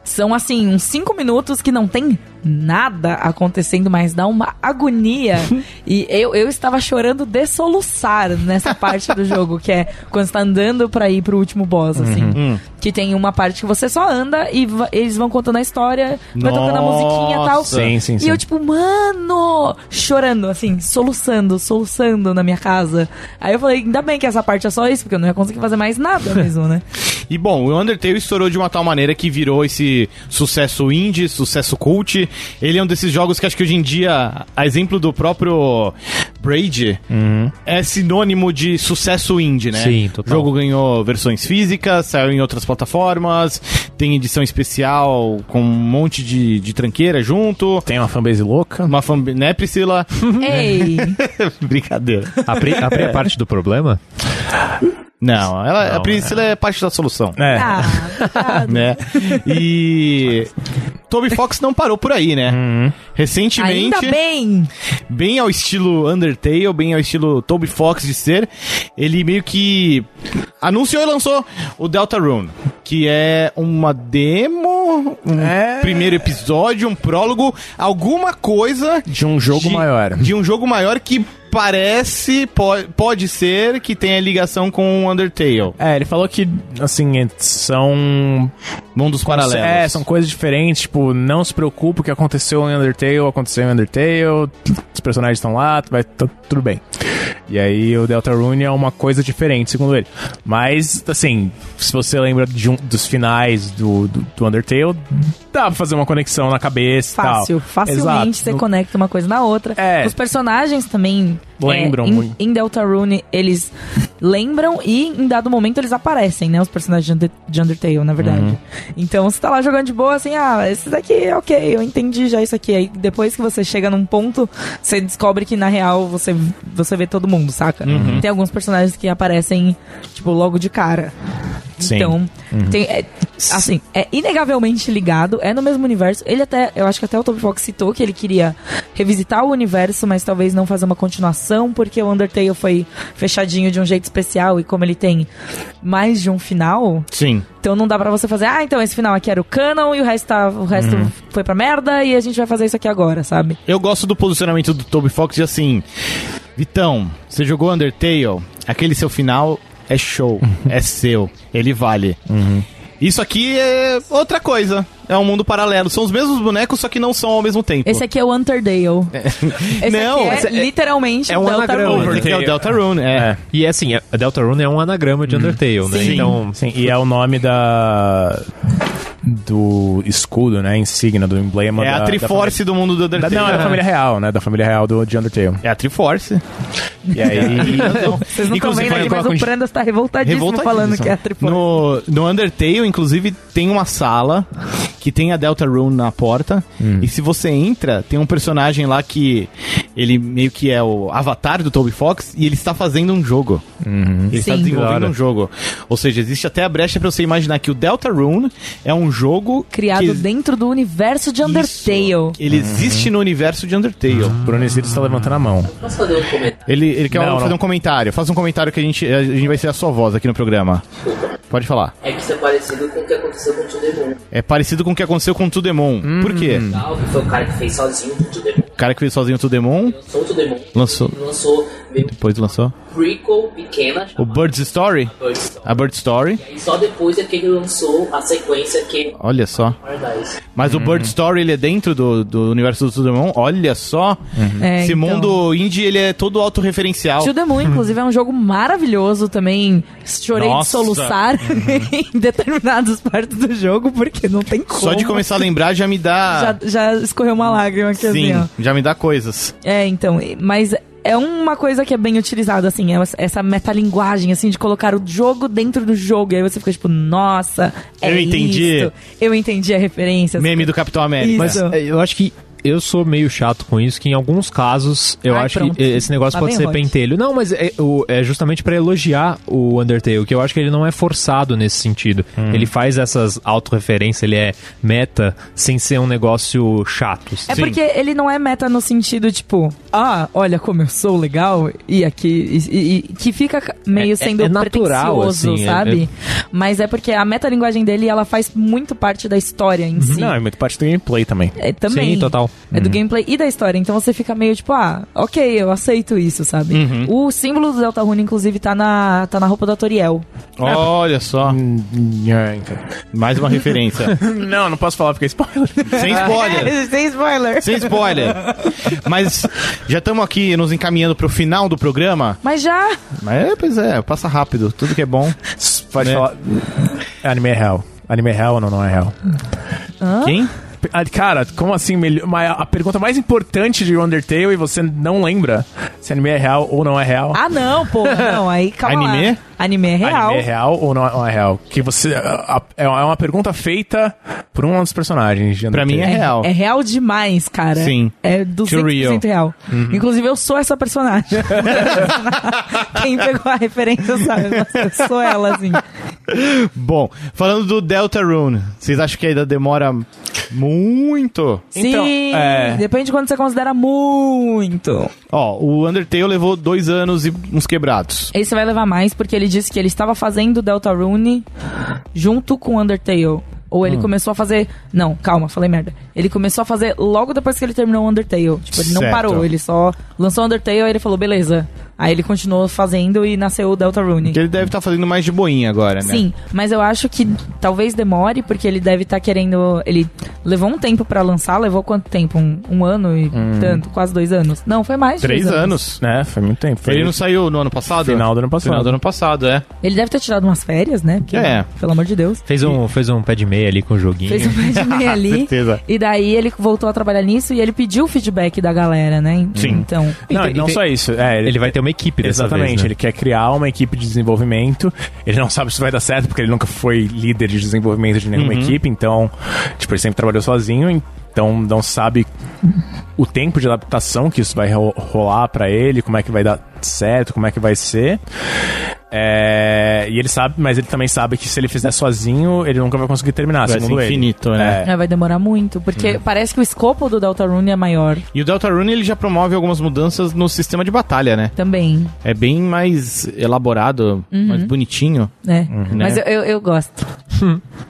[SPEAKER 3] são assim, uns cinco minutos que não tem nada acontecendo, mas dá uma agonia. e eu, eu estava chorando de soluçar nessa parte do jogo, que é quando você tá andando pra ir pro último boss, assim.
[SPEAKER 4] Uhum.
[SPEAKER 3] Que tem uma parte que você só anda e va- eles vão contando a história, vai tocando a musiquinha e tal.
[SPEAKER 1] Nossa.
[SPEAKER 4] Sim, sim,
[SPEAKER 3] E
[SPEAKER 4] sim.
[SPEAKER 3] eu, tipo, mano, chorando, assim, soluçando, soluçando na minha casa. Aí eu falei, ainda bem que essa parte é só isso, porque eu não ia conseguir fazer mais nada mesmo, né?
[SPEAKER 1] E bom, o Undertale estourou de uma tal maneira que virou esse sucesso indie, sucesso cult. Ele é um desses jogos que acho que hoje em dia, a exemplo do próprio Braid, é sinônimo de sucesso indie, né?
[SPEAKER 2] Sim, total.
[SPEAKER 1] O jogo ganhou versões físicas, saiu em outras plataformas, tem edição especial com um monte de, de tranqueira junto.
[SPEAKER 4] Tem uma fanbase louca.
[SPEAKER 1] Uma fanbase, né, Priscila?
[SPEAKER 3] Ei!
[SPEAKER 1] Brincadeira.
[SPEAKER 2] A Pri, a Pri é parte do problema?
[SPEAKER 1] Não, ela, a
[SPEAKER 2] Não,
[SPEAKER 1] Priscila é parte da solução.
[SPEAKER 4] É.
[SPEAKER 3] Ah, obrigado.
[SPEAKER 1] né? E Toby Fox não parou por aí, né?
[SPEAKER 4] Uhum.
[SPEAKER 1] Recentemente,
[SPEAKER 3] Ainda bem!
[SPEAKER 1] bem ao estilo Undertale, bem ao estilo Toby Fox de ser, ele meio que anunciou e lançou o Deltarune, que é uma demo, um
[SPEAKER 4] É.
[SPEAKER 1] primeiro episódio, um prólogo, alguma coisa
[SPEAKER 4] De um jogo
[SPEAKER 1] de-
[SPEAKER 4] maior.
[SPEAKER 1] De um jogo maior que parece, po- pode ser que tenha ligação com o Undertale.
[SPEAKER 4] É, ele falou que, assim, são
[SPEAKER 1] Mundos um paralelos.
[SPEAKER 4] É, são coisas diferentes, tipo, não se preocupe, o que aconteceu em Undertale, aconteceu em Undertale, os personagens estão lá, tu vai, tá tudo bem. E aí o Deltarune é uma coisa diferente, segundo ele. Mas, assim, se você lembra de um- dos finais do, do, do Undertale, dá pra fazer uma conexão na cabeça e tal.
[SPEAKER 3] Fácil. Facilmente
[SPEAKER 4] Exato.
[SPEAKER 3] você
[SPEAKER 4] No-
[SPEAKER 3] conecta uma coisa na outra.
[SPEAKER 4] É.
[SPEAKER 3] Os personagens também.
[SPEAKER 4] Lembram
[SPEAKER 3] é, em-
[SPEAKER 4] muito.
[SPEAKER 3] Em Deltarune, eles lembram e em dado momento eles aparecem, né? Os personagens de Under- de Undertale, na verdade.
[SPEAKER 4] Uhum.
[SPEAKER 3] Então você tá lá jogando de boa, assim, ah, esse daqui, ok, eu entendi já isso aqui. Aí depois que você chega num ponto, você descobre que na real você, você vê todo mundo, saca?
[SPEAKER 4] Uhum.
[SPEAKER 3] Tem alguns personagens que aparecem, tipo, logo de cara.
[SPEAKER 4] Sim.
[SPEAKER 3] Então,
[SPEAKER 1] Uhum.
[SPEAKER 3] tem, é, assim, é inegavelmente ligado, é no mesmo universo. Ele até, eu acho que até o Toby Fox citou que ele queria revisitar o universo, mas talvez não fazer uma continuação, porque o Undertale foi fechadinho de um jeito especial e como ele tem mais de um final,
[SPEAKER 1] Sim.
[SPEAKER 3] então não dá pra você fazer, ah, então esse final aqui era o canon e o resto, tá- o resto
[SPEAKER 1] Uhum.
[SPEAKER 3] foi pra merda e a gente vai fazer isso aqui agora, sabe?
[SPEAKER 1] Eu gosto do posicionamento do Toby Fox de assim. Vitão, você jogou Undertale, aquele seu final é show, é seu, ele vale. Isso aqui é outra coisa. É um mundo paralelo. São os mesmos bonecos, só que não são ao mesmo tempo.
[SPEAKER 3] Esse aqui é o Undertale. Esse
[SPEAKER 1] Não,
[SPEAKER 3] aqui é,
[SPEAKER 1] esse é-
[SPEAKER 3] literalmente
[SPEAKER 1] é um
[SPEAKER 3] Deltarune.
[SPEAKER 1] anagrama.
[SPEAKER 4] Overtale.
[SPEAKER 1] É o Deltarune, é.
[SPEAKER 2] E é assim, a Deltarune é um anagrama de Undertale, né?
[SPEAKER 1] Sim.
[SPEAKER 2] Então,
[SPEAKER 4] Sim, e é o nome da. do escudo, né? Insígnia, do emblema
[SPEAKER 1] É,
[SPEAKER 4] da.
[SPEAKER 1] a
[SPEAKER 4] da
[SPEAKER 1] Triforce do mundo do
[SPEAKER 4] família-
[SPEAKER 1] Undertale.
[SPEAKER 4] da- não, é
[SPEAKER 1] É.
[SPEAKER 4] da família real, né? Da família real do, de Undertale.
[SPEAKER 1] É a Triforce.
[SPEAKER 4] E aí.
[SPEAKER 3] Vocês não estão
[SPEAKER 1] Inclusive,
[SPEAKER 3] vendo aqui,
[SPEAKER 1] quando
[SPEAKER 3] mas o
[SPEAKER 1] coloca um-
[SPEAKER 3] Prandas tá revoltadíssimo,
[SPEAKER 1] Revoltadíssimo.
[SPEAKER 3] falando que é a Triforce.
[SPEAKER 1] No, no Undertale, inclusive, tem uma sala que tem a Deltarune na porta.
[SPEAKER 4] Hum.
[SPEAKER 1] E se você entra, tem um personagem lá que ele meio que é o avatar do Toby Fox e ele está fazendo um jogo.
[SPEAKER 4] Uhum.
[SPEAKER 1] Ele está
[SPEAKER 3] Sim.
[SPEAKER 1] desenvolvendo
[SPEAKER 2] Claro.
[SPEAKER 1] um jogo. Ou seja, existe até a brecha para você imaginar que o Deltarune é um jogo
[SPEAKER 3] criado
[SPEAKER 1] que-
[SPEAKER 3] dentro do universo de Undertale.
[SPEAKER 1] Isso. Ele
[SPEAKER 4] Uhum.
[SPEAKER 1] existe no universo de Undertale.
[SPEAKER 4] Bruno Isidro está levantando a mão.
[SPEAKER 5] Posso fazer um comentário?
[SPEAKER 1] Ele, ele quer
[SPEAKER 4] Não,
[SPEAKER 1] fazer
[SPEAKER 4] não.
[SPEAKER 1] um comentário. Faça um comentário que a gente, a gente vai ser a sua voz aqui no programa. Pode falar.
[SPEAKER 5] É que isso é parecido com o que aconteceu com o Tudemon.
[SPEAKER 1] É parecido com o que aconteceu com o Tudemon. Por quê?
[SPEAKER 5] Tal, que foi Tá? o cara que fez sozinho o Tudemon.
[SPEAKER 1] O cara que fez sozinho o Tudemon,
[SPEAKER 5] Lançou o Tudemon.
[SPEAKER 1] Lançou.
[SPEAKER 5] Ele lançou meio que
[SPEAKER 1] depois lançou.
[SPEAKER 5] um prequel pequena.
[SPEAKER 1] O
[SPEAKER 5] chamada
[SPEAKER 1] Bird's Story?
[SPEAKER 5] Birdstone.
[SPEAKER 1] A Bird Story.
[SPEAKER 5] E só depois é que ele lançou a sequência que é
[SPEAKER 1] Olha só.
[SPEAKER 5] Paradise.
[SPEAKER 1] Mas o Bird Story, ele é dentro do, do universo do Tudemon. Olha só.
[SPEAKER 3] É,
[SPEAKER 1] Esse
[SPEAKER 3] então.
[SPEAKER 1] mundo indie, ele é todo autorreferencial.
[SPEAKER 3] To The Moon, inclusive, é um jogo maravilhoso também. Chorei
[SPEAKER 1] Nossa. Uhum.
[SPEAKER 3] de soluçar em determinadas partes do jogo, porque não tem como.
[SPEAKER 1] Só de começar a lembrar já me dá...
[SPEAKER 3] Já, já escorreu uma lágrima aqui,
[SPEAKER 1] Sim,
[SPEAKER 3] assim, ó.
[SPEAKER 1] já me dá coisas.
[SPEAKER 3] É, então, e- mas é uma coisa que é bem utilizada, assim, é essa metalinguagem, assim, de colocar o jogo dentro do jogo. E aí você fica tipo, nossa, é
[SPEAKER 1] Eu entendi.
[SPEAKER 3] isto. Eu entendi a referência.
[SPEAKER 1] Meme do Capitão América.
[SPEAKER 2] Mas
[SPEAKER 3] Isso.
[SPEAKER 2] é, eu acho que eu sou meio chato com isso, que em alguns casos eu
[SPEAKER 3] Ai,
[SPEAKER 2] acho
[SPEAKER 3] pronto. Tá
[SPEAKER 2] que esse negócio
[SPEAKER 3] Lá
[SPEAKER 2] pode
[SPEAKER 3] vem
[SPEAKER 2] ser
[SPEAKER 3] o Rock.
[SPEAKER 2] pentelho. Não, mas é, o- é justamente pra elogiar o Undertale, que eu acho que ele não é forçado nesse sentido. Ele faz essas autorreferências, ele é meta, sem ser um negócio chato.
[SPEAKER 3] É porque ele não é meta no sentido, tipo, ah, olha como eu sou legal, e aqui. E, e- e- que fica
[SPEAKER 2] É-
[SPEAKER 3] meio
[SPEAKER 2] é-
[SPEAKER 3] sendo
[SPEAKER 2] é natural,
[SPEAKER 3] pretencioso,
[SPEAKER 2] assim, é-
[SPEAKER 3] sabe? Mas é porque a metalinguagem dele, ela faz muito parte da história em si.
[SPEAKER 4] Não, é muito parte do gameplay também.
[SPEAKER 3] É, também.
[SPEAKER 2] Sim, total. Uhum.
[SPEAKER 3] É do gameplay e da história. Então você fica meio tipo, ah, ok, eu aceito isso, sabe?
[SPEAKER 2] Uhum.
[SPEAKER 3] O símbolo do Deltarune, inclusive, tá na, tá na roupa do Atoriel.
[SPEAKER 1] Olha só, mais uma referência.
[SPEAKER 4] Não, não posso falar porque é spoiler.
[SPEAKER 1] Sem spoiler.
[SPEAKER 3] Sem spoiler.
[SPEAKER 1] Sem spoiler. Mas já estamos aqui nos encaminhando pro final do programa.
[SPEAKER 3] Mas já.
[SPEAKER 1] Mas é, pois é, passa rápido. Tudo que é bom.
[SPEAKER 4] Pode
[SPEAKER 1] Né?
[SPEAKER 4] falar. Anime é real. Anime é real ou não, não é real?
[SPEAKER 1] Quem?
[SPEAKER 4] Ah, Cara, como assim? melho- mas A pergunta mais importante de Undertale e você não lembra se anime é real ou não é real?
[SPEAKER 3] Ah, não, pô, não. Aí calma. lá.
[SPEAKER 1] Anime?
[SPEAKER 3] Anime é real.
[SPEAKER 4] Anime é real ou não é, não é real? Que você. a- a- É uma pergunta feita por um dos personagens. de
[SPEAKER 1] Pra mim
[SPEAKER 4] Undertale.
[SPEAKER 1] é real.
[SPEAKER 3] É real demais, cara.
[SPEAKER 1] Sim.
[SPEAKER 3] É
[SPEAKER 1] To
[SPEAKER 3] 200%
[SPEAKER 1] real. Uhum.
[SPEAKER 3] real. Inclusive, eu sou essa personagem. Quem pegou a referência sabe. Nossa, eu sou ela, assim.
[SPEAKER 1] Bom, falando do Deltarune, vocês acham que ainda demora muito?
[SPEAKER 4] Então,
[SPEAKER 3] Sim,
[SPEAKER 4] é.
[SPEAKER 3] depende de quando você considera muito.
[SPEAKER 1] Ó, o Undertale levou dois anos e uns quebrados.
[SPEAKER 3] Esse vai levar mais, porque ele disse que ele estava fazendo Deltarune junto com Undertale. Ou
[SPEAKER 1] Hum.
[SPEAKER 3] ele começou a fazer. Não, calma, falei merda. Ele começou a fazer logo depois que ele terminou o Undertale. Tipo, ele não
[SPEAKER 1] Certo.
[SPEAKER 3] parou, ele só lançou o Undertale e ele falou, beleza. Aí ele continuou fazendo e nasceu o Deltarune.
[SPEAKER 1] Que ele deve estar fazendo mais de boinha agora, né?
[SPEAKER 3] Sim, mas eu acho que talvez demore, porque ele deve estar querendo. Ele levou um tempo pra lançar, levou quanto tempo? Um, um ano e tanto, quase dois anos. Não, foi mais. de
[SPEAKER 1] Hum. Três
[SPEAKER 3] dois
[SPEAKER 1] anos.
[SPEAKER 4] É, foi muito tempo. Foi
[SPEAKER 1] Ele não saiu no ano passado?
[SPEAKER 4] Final do ano passado.
[SPEAKER 1] Final do ano passado, é.
[SPEAKER 3] Ele deve ter tirado umas férias, né? Porque,
[SPEAKER 1] É.
[SPEAKER 3] Pelo amor de Deus.
[SPEAKER 2] Fez um, fez um pé de meia ali com o joguinho.
[SPEAKER 3] Fez um pé de meia ali.
[SPEAKER 1] Certeza.
[SPEAKER 3] E daí ele voltou a trabalhar nisso e ele pediu o feedback da galera, né?
[SPEAKER 1] Sim.
[SPEAKER 3] Então.
[SPEAKER 4] Não,
[SPEAKER 2] Ele
[SPEAKER 4] não
[SPEAKER 2] tem-
[SPEAKER 4] só isso. É,
[SPEAKER 2] Ele vai ter uma equipe dessa
[SPEAKER 4] Exatamente,
[SPEAKER 2] vez, né?
[SPEAKER 4] ele quer criar uma equipe de desenvolvimento. Ele não sabe se vai dar certo, porque ele nunca foi líder de desenvolvimento de nenhuma
[SPEAKER 1] Uhum.
[SPEAKER 4] equipe, então, tipo, ele sempre trabalhou sozinho, então não sabe o tempo de adaptação que isso vai ro- rolar pra ele, como é que vai dar certo, como é que vai ser. É, e ele sabe, mas ele também sabe que se ele fizer sozinho, ele nunca vai conseguir terminar,
[SPEAKER 1] Vai
[SPEAKER 4] segundo
[SPEAKER 1] ser
[SPEAKER 4] ele.
[SPEAKER 1] infinito, né?
[SPEAKER 4] É.
[SPEAKER 3] é, vai demorar muito, porque parece que o escopo do Deltarune é maior
[SPEAKER 1] E o Deltarune, ele já promove algumas mudanças no sistema de batalha, né?
[SPEAKER 3] também,
[SPEAKER 1] É bem mais elaborado,
[SPEAKER 3] Uhum.
[SPEAKER 1] mais bonitinho.
[SPEAKER 3] né?
[SPEAKER 1] Né?
[SPEAKER 3] Mas eu, eu, eu gosto.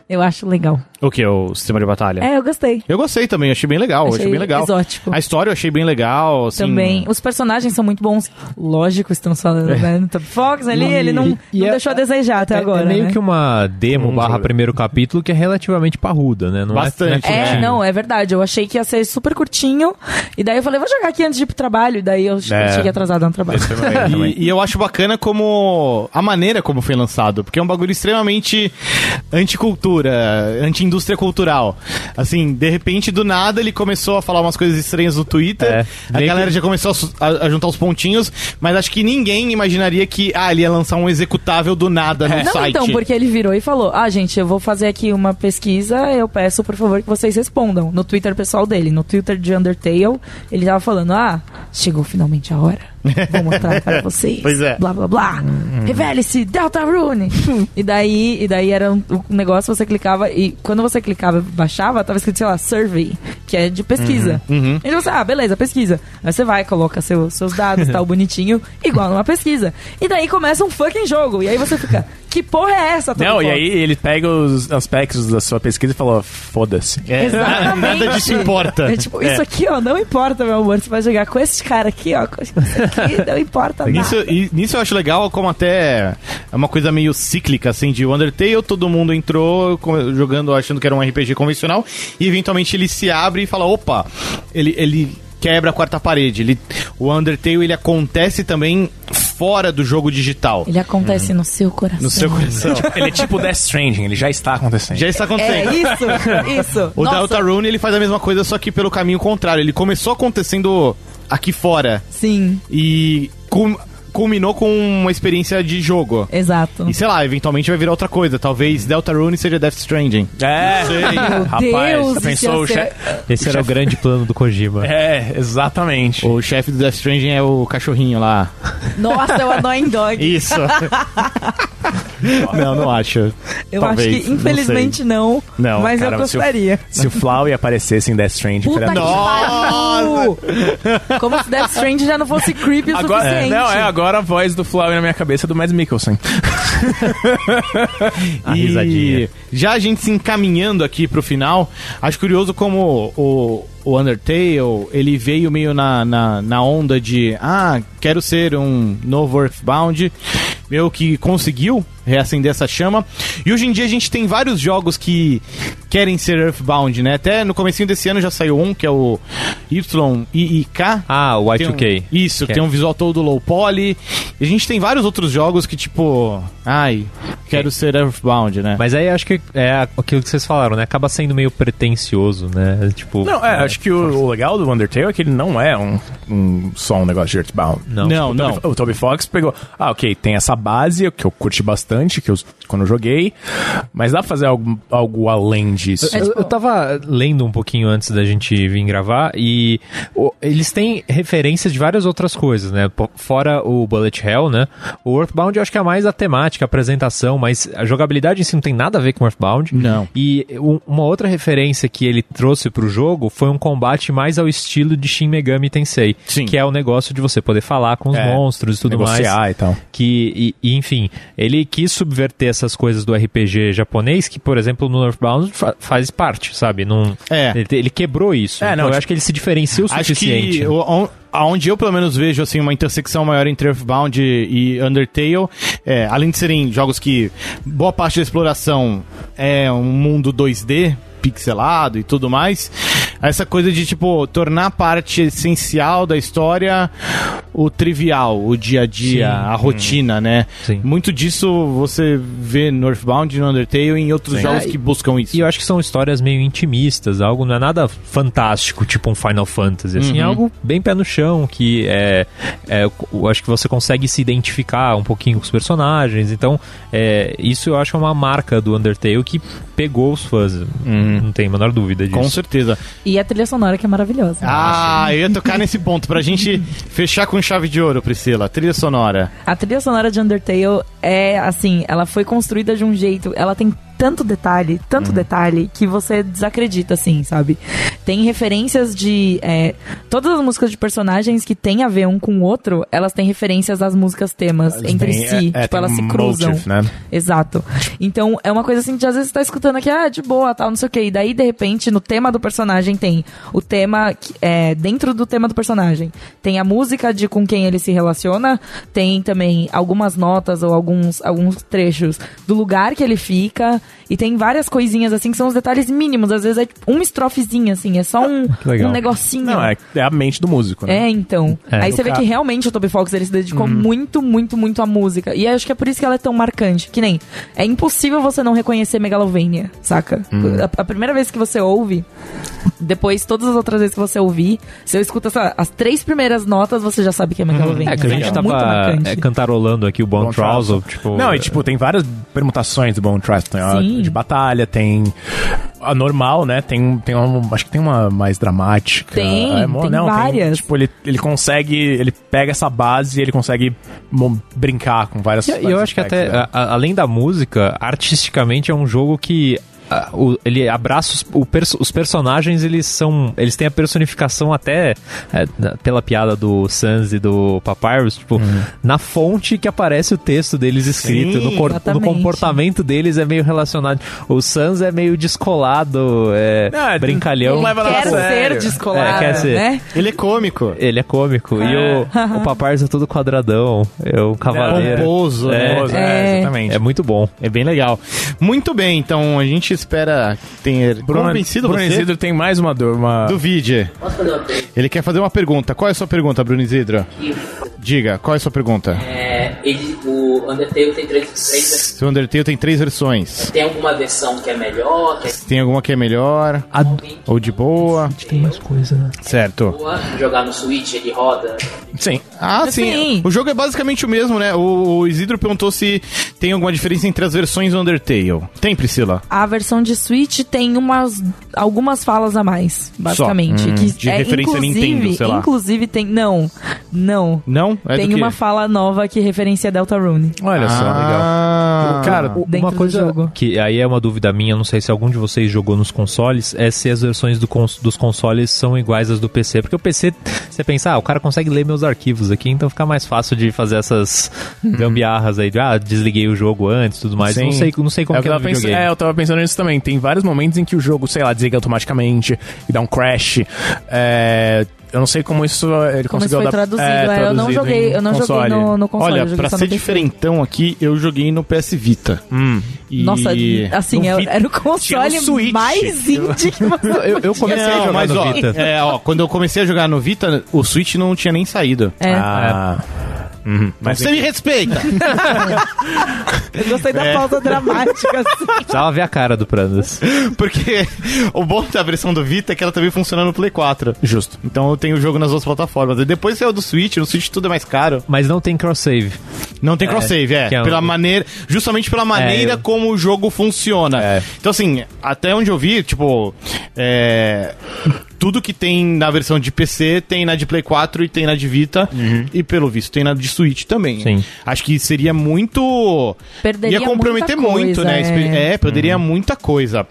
[SPEAKER 3] eu acho legal.
[SPEAKER 1] O que? O sistema de batalha?
[SPEAKER 3] É, eu gostei.
[SPEAKER 1] Eu gostei também, achei bem legal, achei,
[SPEAKER 3] Achei
[SPEAKER 1] bem legal.
[SPEAKER 3] exótico.
[SPEAKER 1] A história eu achei bem legal, assim.
[SPEAKER 2] né?
[SPEAKER 3] Também. Os personagens são muito bons. Lógico, estamos falando, né? No Top Fox ali, ele não,
[SPEAKER 2] É. e
[SPEAKER 3] não
[SPEAKER 2] é-
[SPEAKER 3] deixou a desejar até
[SPEAKER 2] É-
[SPEAKER 3] agora.
[SPEAKER 2] é meio
[SPEAKER 3] né?
[SPEAKER 2] que uma demo barra primeiro capítulo que é relativamente parruda, né? Não é-
[SPEAKER 1] Bastante,
[SPEAKER 2] não é,
[SPEAKER 3] É,
[SPEAKER 2] curtinho.
[SPEAKER 3] não, é verdade. Eu achei que ia ser super curtinho. E daí eu falei, vou jogar aqui antes de ir pro trabalho. E daí eu che-
[SPEAKER 4] É.
[SPEAKER 3] cheguei atrasada no trabalho.
[SPEAKER 4] Foi
[SPEAKER 1] Ah,
[SPEAKER 4] maneiro também.
[SPEAKER 1] E, e eu acho bacana como. a maneira como foi lançado, porque é um bagulho extremamente anticultura, anti-indústria cultural. Assim, de repente, do nada, ele começou a falar umas coisas estranhas no Twitter,
[SPEAKER 2] É,
[SPEAKER 1] a
[SPEAKER 2] meio
[SPEAKER 1] galera já começou a su- a, a juntar os pontinhos, mas acho que ninguém imaginaria que, ah, ele ia lançar um executável do nada
[SPEAKER 2] é um
[SPEAKER 1] no
[SPEAKER 3] Não,
[SPEAKER 1] site.
[SPEAKER 3] então, porque ele virou e falou: Ah, gente, eu vou fazer aqui uma pesquisa, eu peço, por favor, que vocês respondam. No Twitter pessoal dele, no Twitter de Undertale, ele tava falando: Ah, chegou finalmente a hora. Vou mostrar para vocês.
[SPEAKER 1] Pois é.
[SPEAKER 3] Blá blá blá. Revele-se, Deltarune! e daí, e daí era um, um negócio, você clicava, e quando você clicava e baixava, tava escrito, sei lá, survey, que é de pesquisa. E você, ah, beleza, pesquisa. Aí você vai, coloca seu- seus dados, tal, bonitinho, igual numa pesquisa. E daí começa um fucking jogo. E aí você fica, que porra é essa, Toby
[SPEAKER 4] Não, e
[SPEAKER 3] Fox?"
[SPEAKER 4] aí ele pega os aspectos da sua pesquisa e fala, foda-se.
[SPEAKER 1] É,
[SPEAKER 3] Exatamente.
[SPEAKER 1] Nada disso importa.
[SPEAKER 3] É tipo, isso aqui, ó, não importa, meu amor. Você vai jogar com esse cara aqui, ó, com esse aqui, não importa nada.
[SPEAKER 1] Nisso, e- nisso eu acho legal como até é uma coisa meio cíclica, assim, de Undertale, todo mundo entrou com- jogando achando que era um RPG convencional, e eventualmente ele se abre e fala, opa, ele, ele quebra a quarta parede. Ele, o Undertale, ele acontece também fora do jogo digital.
[SPEAKER 3] Ele acontece no seu coração.
[SPEAKER 1] No seu coração.
[SPEAKER 4] Ele é tipo Death Stranding, ele já está acontecendo.
[SPEAKER 1] Já está
[SPEAKER 3] É,
[SPEAKER 1] acontecendo.
[SPEAKER 3] isso, isso.
[SPEAKER 1] O
[SPEAKER 3] Nossa,
[SPEAKER 1] Deltarune, ele faz a mesma coisa, só que pelo caminho contrário. Ele começou acontecendo aqui fora.
[SPEAKER 3] Sim,
[SPEAKER 1] E cum- culminou com uma experiência de jogo.
[SPEAKER 3] exato.
[SPEAKER 1] E sei lá, eventualmente vai virar outra coisa. Talvez Deltarune seja Death Stranding.
[SPEAKER 4] É, rapaz,
[SPEAKER 3] Deus,
[SPEAKER 4] pensou o
[SPEAKER 3] isso ia
[SPEAKER 4] chefe.
[SPEAKER 2] Esse era o grande plano do Kojima.
[SPEAKER 4] É, exatamente.
[SPEAKER 1] O chefe do Death Stranding é o cachorrinho lá.
[SPEAKER 3] Nossa, eu adoro em dog.
[SPEAKER 1] Isso. não, não acho.
[SPEAKER 3] Eu
[SPEAKER 1] Talvez,
[SPEAKER 3] acho que,
[SPEAKER 1] não
[SPEAKER 3] infelizmente,
[SPEAKER 1] sei.
[SPEAKER 3] não.
[SPEAKER 1] Não,
[SPEAKER 3] mas eu
[SPEAKER 4] cara, se eu-
[SPEAKER 3] gostaria.
[SPEAKER 4] Se o Flowey aparecesse em Death Stranding,
[SPEAKER 3] Puta que
[SPEAKER 4] teria-
[SPEAKER 3] pariu! Como se Death Strand já não fosse creepy o
[SPEAKER 4] Agora, é,
[SPEAKER 3] suficiente.
[SPEAKER 4] não, é agora a voz do Flowey na minha cabeça é do Mads Mikkelsen.
[SPEAKER 2] A risadinha.
[SPEAKER 1] já a gente se encaminhando aqui pro final, acho curioso como o, o Undertale, ele veio meio na, na, na onda de ah, quero ser um novo Earthbound, meu que conseguiu reacender essa chama. E hoje em dia a gente tem vários jogos que querem ser Earthbound, né? Até no comecinho desse ano já saiu um, que é o YIK,
[SPEAKER 2] Ah, o
[SPEAKER 1] tem um-
[SPEAKER 2] Y2K.
[SPEAKER 1] isso,
[SPEAKER 2] Que
[SPEAKER 1] tem
[SPEAKER 2] é-
[SPEAKER 1] um visual todo low poly. E a gente tem vários outros jogos que, tipo, ai, quero ser Earthbound, né?
[SPEAKER 2] Mas aí acho que é aquilo que vocês falaram, né? Acaba sendo meio pretencioso, né? Tipo.
[SPEAKER 4] Não, é, acho que o, o legal do Undertale é que ele não é um, um só um negócio de Earthbound.
[SPEAKER 2] Não. tipo,
[SPEAKER 1] não,
[SPEAKER 4] Toby-
[SPEAKER 1] não.
[SPEAKER 4] O Toby Fox pegou. Ah, ok, tem essa base que eu curti bastante que eu, quando eu joguei, mas dá pra fazer algo, algo além disso.
[SPEAKER 3] É
[SPEAKER 2] Eu,
[SPEAKER 3] tipo-
[SPEAKER 2] eu tava lendo um pouquinho antes da gente vir gravar e o- eles têm referências de várias outras coisas, né? Po- Fora o Bullet Hell, né? O Earthbound eu acho que é mais a temática, a apresentação, mas a jogabilidade em si não tem nada a ver com o Earthbound.
[SPEAKER 1] Não.
[SPEAKER 2] E um- uma outra referência que ele trouxe pro jogo foi um combate mais ao estilo de Shin Megami Tensei,
[SPEAKER 1] Sim.
[SPEAKER 2] que é o negócio de você poder falar com os
[SPEAKER 4] É,
[SPEAKER 2] monstros e tudo mais
[SPEAKER 4] negociar e tal.
[SPEAKER 2] que e- e, enfim ele quis subverter essas coisas do RPG japonês que por exemplo no Northbound fa- faz parte sabe não
[SPEAKER 1] É.
[SPEAKER 2] ele, ele quebrou isso
[SPEAKER 4] É, não,
[SPEAKER 2] então eu
[SPEAKER 4] tipo,
[SPEAKER 2] acho que ele se diferencia o
[SPEAKER 1] Acho
[SPEAKER 2] suficiente
[SPEAKER 1] que o- on- aonde eu pelo menos vejo assim uma intersecção maior entre Earthbound e e Undertale, é, além de serem jogos que boa parte da exploração é um mundo 2D pixelado e tudo mais, essa coisa de tipo tornar a parte essencial da história o trivial, o dia a dia,
[SPEAKER 2] Sim. Uhum.
[SPEAKER 1] a rotina, né?
[SPEAKER 2] Sim.
[SPEAKER 1] Muito disso você vê no Earthbound, no Undertale e em outros jogos
[SPEAKER 2] Ah, e-
[SPEAKER 1] que buscam isso.
[SPEAKER 2] E eu acho que são histórias meio intimistas, algo não é nada fantástico, tipo um Final Fantasy, assim, é algo bem pé no chão, que é, é, eu acho que você consegue se identificar um pouquinho com os personagens, então é, isso eu acho uma marca do Undertale que pegou os fãs, não tem a menor dúvida disso.
[SPEAKER 1] Com certeza.
[SPEAKER 3] E a trilha sonora que é maravilhosa.
[SPEAKER 1] Ah, eu ia tocar nesse ponto. Pra gente fechar com chave de ouro, Priscila. Trilha sonora.
[SPEAKER 3] A trilha sonora de Undertale é assim, ela foi construída de um jeito, ela tem tanto detalhe, tanto
[SPEAKER 4] Uhum.
[SPEAKER 3] detalhe, que você desacredita, assim, sabe? Tem referências de. é, todas as músicas de personagens que tem a ver um com o outro, elas têm referências às músicas temas entre
[SPEAKER 4] Tem-
[SPEAKER 3] si.
[SPEAKER 4] é,
[SPEAKER 3] tipo,
[SPEAKER 4] tem
[SPEAKER 3] elas
[SPEAKER 4] um
[SPEAKER 3] se cruzam.
[SPEAKER 4] motif, né?
[SPEAKER 3] Exato. Então, é uma coisa assim de às vezes você tá escutando aqui, ah, de boa, tal, não sei o quê. E daí, de repente, no tema do personagem tem o tema, que- é, dentro do tema do personagem, tem a música de com quem ele se relaciona, tem também algumas notas ou alguns, alguns trechos do lugar que ele fica, e tem várias coisinhas assim que são os detalhes mínimos. Às vezes é tipo, uma estrofezinha, assim, é só um,
[SPEAKER 2] Ah, que legal.
[SPEAKER 3] um negocinho.
[SPEAKER 4] Não, é, é a mente do músico, né?
[SPEAKER 3] É, então.
[SPEAKER 2] É. Uhum.
[SPEAKER 3] aí você vê que realmente o Toby Fox ele se dedicou muito, muito, muito à música. E acho que é por isso que ela é tão marcante. Que nem. É impossível você não reconhecer Megalovania, saca?
[SPEAKER 2] Uhum.
[SPEAKER 3] A, a primeira vez que você ouve. Depois, todas as outras vezes que você ouvir, se eu escuta essa- as três primeiras notas, você já sabe que é Megalovania.
[SPEAKER 2] É que a gente
[SPEAKER 3] saca?
[SPEAKER 2] tava
[SPEAKER 3] muito marcante.
[SPEAKER 2] é, cantarolando aqui o Bon
[SPEAKER 4] Bone Trousel.
[SPEAKER 2] Trousel, tipo...
[SPEAKER 4] Não, e tipo, tem várias permutações do Bone Trust. Tem a
[SPEAKER 3] Sim.
[SPEAKER 4] de batalha, tem a normal, né? Tem, tem uma, acho que tem uma mais dramática.
[SPEAKER 3] Tem,
[SPEAKER 4] É, mo-
[SPEAKER 3] tem
[SPEAKER 4] não,
[SPEAKER 3] várias.
[SPEAKER 4] tipo, ele, ele consegue, ele pega essa base e ele consegue mo- brincar com várias né?
[SPEAKER 2] E eu- eu acho que até, a- a- além da música, artisticamente é um jogo que... a- o- ele abraça os, o perso- os personagens eles são eles têm a personificação até é, na- pela piada do Sans e do Papyrus tipo na fonte que aparece o texto deles escrito
[SPEAKER 1] Sim,
[SPEAKER 2] no, cor- no
[SPEAKER 3] exatamente.
[SPEAKER 2] comportamento deles é meio relacionado o Sans é meio descolado é,
[SPEAKER 4] Não,
[SPEAKER 2] brincalhão
[SPEAKER 4] não leva nada a
[SPEAKER 3] Quero
[SPEAKER 4] sério.
[SPEAKER 3] ser descolada,
[SPEAKER 2] É, quer ser.
[SPEAKER 3] né?
[SPEAKER 1] Ele é cômico.
[SPEAKER 2] Ele é cômico. E o, o Papars é todo quadradão. É o cavaleiro.
[SPEAKER 1] Pomposo,
[SPEAKER 4] É,
[SPEAKER 1] né?
[SPEAKER 4] famoso,
[SPEAKER 3] É.
[SPEAKER 4] né? exatamente.
[SPEAKER 2] É muito bom.
[SPEAKER 1] É bem legal. Muito bem, então a gente espera ter convencido
[SPEAKER 4] Bruno
[SPEAKER 1] você
[SPEAKER 4] Isidro tem mais uma dor, uma...
[SPEAKER 1] do vídeo.
[SPEAKER 5] Posso fazer uma pergunta?
[SPEAKER 1] Ele quer fazer uma pergunta. Qual é a sua pergunta, Bruno Isidro?
[SPEAKER 5] aqui?
[SPEAKER 1] Diga, qual é a sua pergunta?
[SPEAKER 5] É, ele, o Undertale tem três, três versões.
[SPEAKER 1] O Undertale tem três versões.
[SPEAKER 5] Tem alguma versão que é melhor, que é
[SPEAKER 1] Tem alguma que é melhor,
[SPEAKER 2] A d-
[SPEAKER 1] ou de boa.
[SPEAKER 2] tem mais coisa, né?
[SPEAKER 1] Certo.
[SPEAKER 5] boa, jogar no Switch, ele roda.
[SPEAKER 4] Sim.
[SPEAKER 1] Ah, sim.
[SPEAKER 3] Sim.
[SPEAKER 1] O jogo é basicamente o mesmo, né? O, o Isidro perguntou se tem alguma diferença entre as versões do Undertale. Tem, Priscila?
[SPEAKER 3] A versão de Switch tem umas algumas falas a mais, basicamente.
[SPEAKER 2] Uhum.
[SPEAKER 1] Hum,
[SPEAKER 3] que
[SPEAKER 1] de
[SPEAKER 3] é,
[SPEAKER 1] referência
[SPEAKER 3] inclusive,
[SPEAKER 1] Nintendo, sei lá.
[SPEAKER 3] Inclusive tem. Não, não.
[SPEAKER 1] Não? É do
[SPEAKER 3] tem
[SPEAKER 1] quê?
[SPEAKER 3] uma fala nova que referencia Deltarune.
[SPEAKER 2] Olha só,
[SPEAKER 3] Ah.
[SPEAKER 2] legal.
[SPEAKER 1] Ah,
[SPEAKER 2] Cara, o-
[SPEAKER 3] Dentro
[SPEAKER 2] uma
[SPEAKER 3] do
[SPEAKER 2] coisa
[SPEAKER 3] jogo.
[SPEAKER 2] que aí é uma dúvida minha, não sei se algum de vocês jogou nos consoles, é se as versões do cons- dos consoles são iguais às do PC. Porque o PC, você pensa, ah, o cara consegue ler meus arquivos aqui, então fica mais fácil de fazer essas
[SPEAKER 3] Uhum.
[SPEAKER 2] gambiarras aí, de, ah, desliguei o jogo antes e tudo mais.
[SPEAKER 4] Sim.
[SPEAKER 2] Não sei, não sei como
[SPEAKER 4] eu
[SPEAKER 2] que é no
[SPEAKER 4] tava pensando,
[SPEAKER 2] videogame.
[SPEAKER 4] é, eu tava pensando nisso também. Tem vários momentos em que o jogo, sei lá, desliga automaticamente e dá um crash. É, eu não sei como isso ele
[SPEAKER 3] Como isso
[SPEAKER 4] conseguiu
[SPEAKER 3] foi
[SPEAKER 4] adap-
[SPEAKER 3] traduzido,
[SPEAKER 4] é,
[SPEAKER 3] é, eu não
[SPEAKER 4] traduzido
[SPEAKER 3] joguei,
[SPEAKER 4] em
[SPEAKER 3] eu não
[SPEAKER 4] console.
[SPEAKER 3] joguei no, no console. eu
[SPEAKER 1] Olha,
[SPEAKER 3] joguei
[SPEAKER 1] pra
[SPEAKER 3] só no
[SPEAKER 1] ser
[SPEAKER 3] PC.
[SPEAKER 1] diferentão aqui, eu joguei no PS Vita.
[SPEAKER 4] Hum.
[SPEAKER 1] E-
[SPEAKER 3] Nossa, assim,
[SPEAKER 4] No
[SPEAKER 2] é
[SPEAKER 3] era-
[SPEAKER 4] Vita-
[SPEAKER 3] era o
[SPEAKER 4] tinha
[SPEAKER 3] console
[SPEAKER 4] no Switch.
[SPEAKER 3] mais indie que você
[SPEAKER 2] Eu, eu comecei a jogar
[SPEAKER 1] mas
[SPEAKER 2] no
[SPEAKER 1] ó,
[SPEAKER 2] Vita.
[SPEAKER 1] é, ó, quando eu comecei a jogar no Vita, o Switch não tinha nem saído.
[SPEAKER 3] É,
[SPEAKER 4] Ah. Uhum. Mas
[SPEAKER 1] Você me respeita!
[SPEAKER 3] eu gostei da pausa dramática. assim.
[SPEAKER 2] Precisava ver a cara do Prandas.
[SPEAKER 1] Porque o bom da versão do Vita é que ela também funciona no Play 4.
[SPEAKER 4] Justo.
[SPEAKER 1] Então eu tenho o jogo nas outras plataformas. E depois saiu do Switch, no Switch tudo é mais caro.
[SPEAKER 2] Mas não tem cross-save.
[SPEAKER 1] Não tem cross-save, é.
[SPEAKER 2] que é
[SPEAKER 1] pela
[SPEAKER 2] o-
[SPEAKER 1] maneira, justamente pela maneira
[SPEAKER 2] eu-
[SPEAKER 1] como o jogo funciona.
[SPEAKER 4] É.
[SPEAKER 1] Então, assim, até onde eu vi, tipo. É. Tudo que tem na versão de PC tem na de Play 4 e tem na de Vita. E pelo visto tem na de Switch também.
[SPEAKER 2] Uhum. Sim.
[SPEAKER 1] Acho que seria muito.
[SPEAKER 3] Perderia
[SPEAKER 1] Ia comprometer
[SPEAKER 3] muita
[SPEAKER 1] muito,
[SPEAKER 3] coisa,
[SPEAKER 1] né?
[SPEAKER 3] é.
[SPEAKER 1] Exper- É, perderia muita coisa.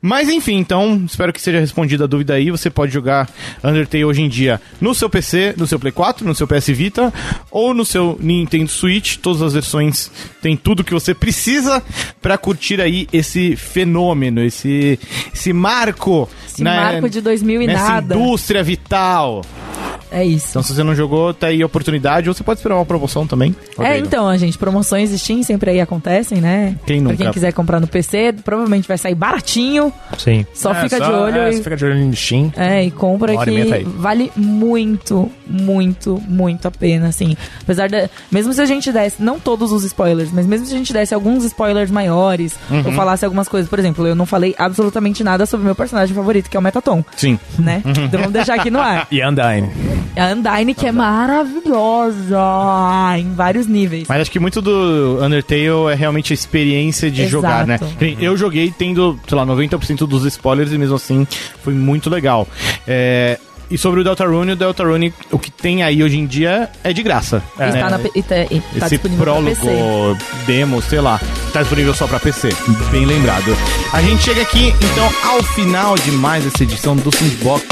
[SPEAKER 1] Mas enfim, então, espero que seja respondida a dúvida aí. Você pode jogar Undertale hoje em dia no seu PC, no seu Play 4, no seu PS Vita ou no seu Nintendo Switch. Todas as versões têm tudo que você precisa pra curtir aí esse fenômeno, esse, esse marco. né,
[SPEAKER 3] Esse marco de 2000 e
[SPEAKER 1] é nessa
[SPEAKER 3] nada.
[SPEAKER 1] indústria vital.
[SPEAKER 3] É isso.
[SPEAKER 1] Então, se você não jogou, tá aí a oportunidade. Ou você pode esperar uma promoção também.
[SPEAKER 3] É,
[SPEAKER 1] Rodrigo.
[SPEAKER 3] então, gente, promoções Steam sempre aí acontecem, né?
[SPEAKER 1] Quem
[SPEAKER 3] pra
[SPEAKER 1] nunca?
[SPEAKER 3] quem quiser comprar no PC, provavelmente vai sair baratinho.
[SPEAKER 2] Sim.
[SPEAKER 3] Só
[SPEAKER 4] É,
[SPEAKER 3] fica
[SPEAKER 4] só-
[SPEAKER 3] de olho
[SPEAKER 4] é,
[SPEAKER 3] e
[SPEAKER 4] só fica de olho no Steam.
[SPEAKER 3] É, e compra
[SPEAKER 4] Uma hora e meia tá aí.
[SPEAKER 3] que vale muito, muito, muito a pena, assim. Apesar da. Mesmo se a gente desse, não todos os spoilers, mas mesmo se a gente desse alguns spoilers maiores, ou falasse algumas coisas, por exemplo, eu não falei absolutamente nada sobre o meu personagem favorito, que é o Metaton,
[SPEAKER 1] Sim.
[SPEAKER 3] né? Então vamos deixar aqui no ar.
[SPEAKER 4] E Undyne.
[SPEAKER 3] A Undyne, que é maravilhosa em vários níveis.
[SPEAKER 1] Mas acho que muito do Undertale é realmente a experiência de
[SPEAKER 3] Exato.
[SPEAKER 1] jogar, né? Eu joguei tendo, sei lá, 90% dos spoilers e mesmo assim foi muito legal. É, E sobre o Deltarune, o Deltarune, o que tem aí hoje em dia é de graça.
[SPEAKER 3] E
[SPEAKER 1] né?
[SPEAKER 3] está na, P- e tá- e tá
[SPEAKER 1] Esse
[SPEAKER 3] disponível pra
[SPEAKER 1] prólogo, é
[SPEAKER 3] PC.
[SPEAKER 1] demo, sei lá, tá disponível só pra PC. Bem lembrado. A gente chega aqui, então, ao final de mais essa edição do Sandbox.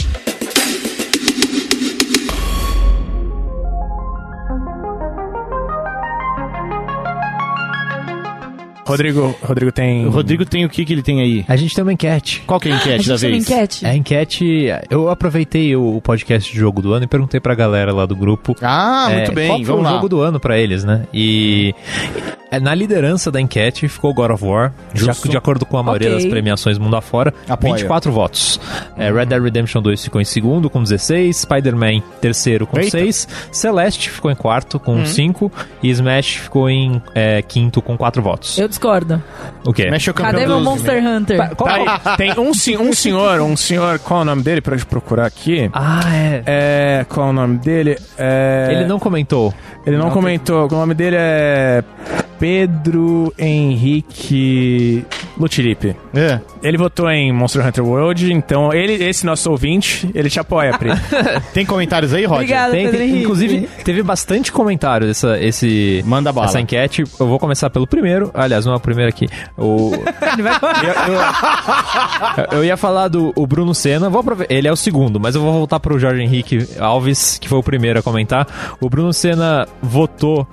[SPEAKER 4] Rodrigo, Rodrigo tem.
[SPEAKER 1] O Rodrigo tem o que que ele tem aí?
[SPEAKER 2] A gente tem uma enquete.
[SPEAKER 1] Qual que é a
[SPEAKER 3] Ah, A
[SPEAKER 1] enquete da
[SPEAKER 3] gente tem uma
[SPEAKER 1] vez?
[SPEAKER 3] enquete.
[SPEAKER 2] É a enquete. Eu aproveitei o o podcast de jogo do ano e perguntei pra galera lá do grupo.
[SPEAKER 1] Ah, muito
[SPEAKER 2] é,
[SPEAKER 1] bem,
[SPEAKER 2] qual foi
[SPEAKER 1] vamos
[SPEAKER 2] o
[SPEAKER 1] lá.
[SPEAKER 2] jogo do ano pra eles, né? E é, na liderança da enquete ficou God of War, de, ac- de acordo com a maioria
[SPEAKER 3] Ok.
[SPEAKER 2] das premiações mundo afora,
[SPEAKER 1] Apoio.
[SPEAKER 2] 24 votos. É, Red Dead Redemption 2 ficou em segundo com 16, Spider-Man em terceiro com
[SPEAKER 1] Eita. Uhum.
[SPEAKER 2] 6, Celeste ficou em quarto com 5 e Smash ficou em é, quinto com 4 votos.
[SPEAKER 3] Eu discordo.
[SPEAKER 2] O quê?
[SPEAKER 1] Mexe o campeão
[SPEAKER 3] Cadê meu
[SPEAKER 1] dos-
[SPEAKER 3] Monster Hunter?
[SPEAKER 2] Qual-
[SPEAKER 4] Tá aí, tem um, sen- um senhor, um senhor, qual é o nome dele pra eu procurar aqui?
[SPEAKER 2] Ah, é.
[SPEAKER 4] É, qual é o nome dele? É,
[SPEAKER 2] Ele não comentou.
[SPEAKER 4] ele não comentou. O nome dele é Pedro Henrique Lutilipe.
[SPEAKER 1] É.
[SPEAKER 4] Ele votou em Monster Hunter World, então ele, esse nosso ouvinte, ele te apoia, Pri.
[SPEAKER 1] Tem comentários aí, Roger?
[SPEAKER 3] Obrigada,
[SPEAKER 2] Tem,
[SPEAKER 3] Pedro
[SPEAKER 2] tem-
[SPEAKER 3] Henrique.
[SPEAKER 2] inclusive, teve bastante comentário dessa, esse,
[SPEAKER 1] Manda bala.
[SPEAKER 2] essa enquete. Eu vou começar pelo primeiro. Aliás, não é o primeiro aqui. O, eu, eu- eu ia falar do o Bruno Senna. Vou aprove- ele é o segundo, mas eu vou voltar pro Jorge Henrique Alves, que foi o primeiro a comentar. O Bruno Senna votou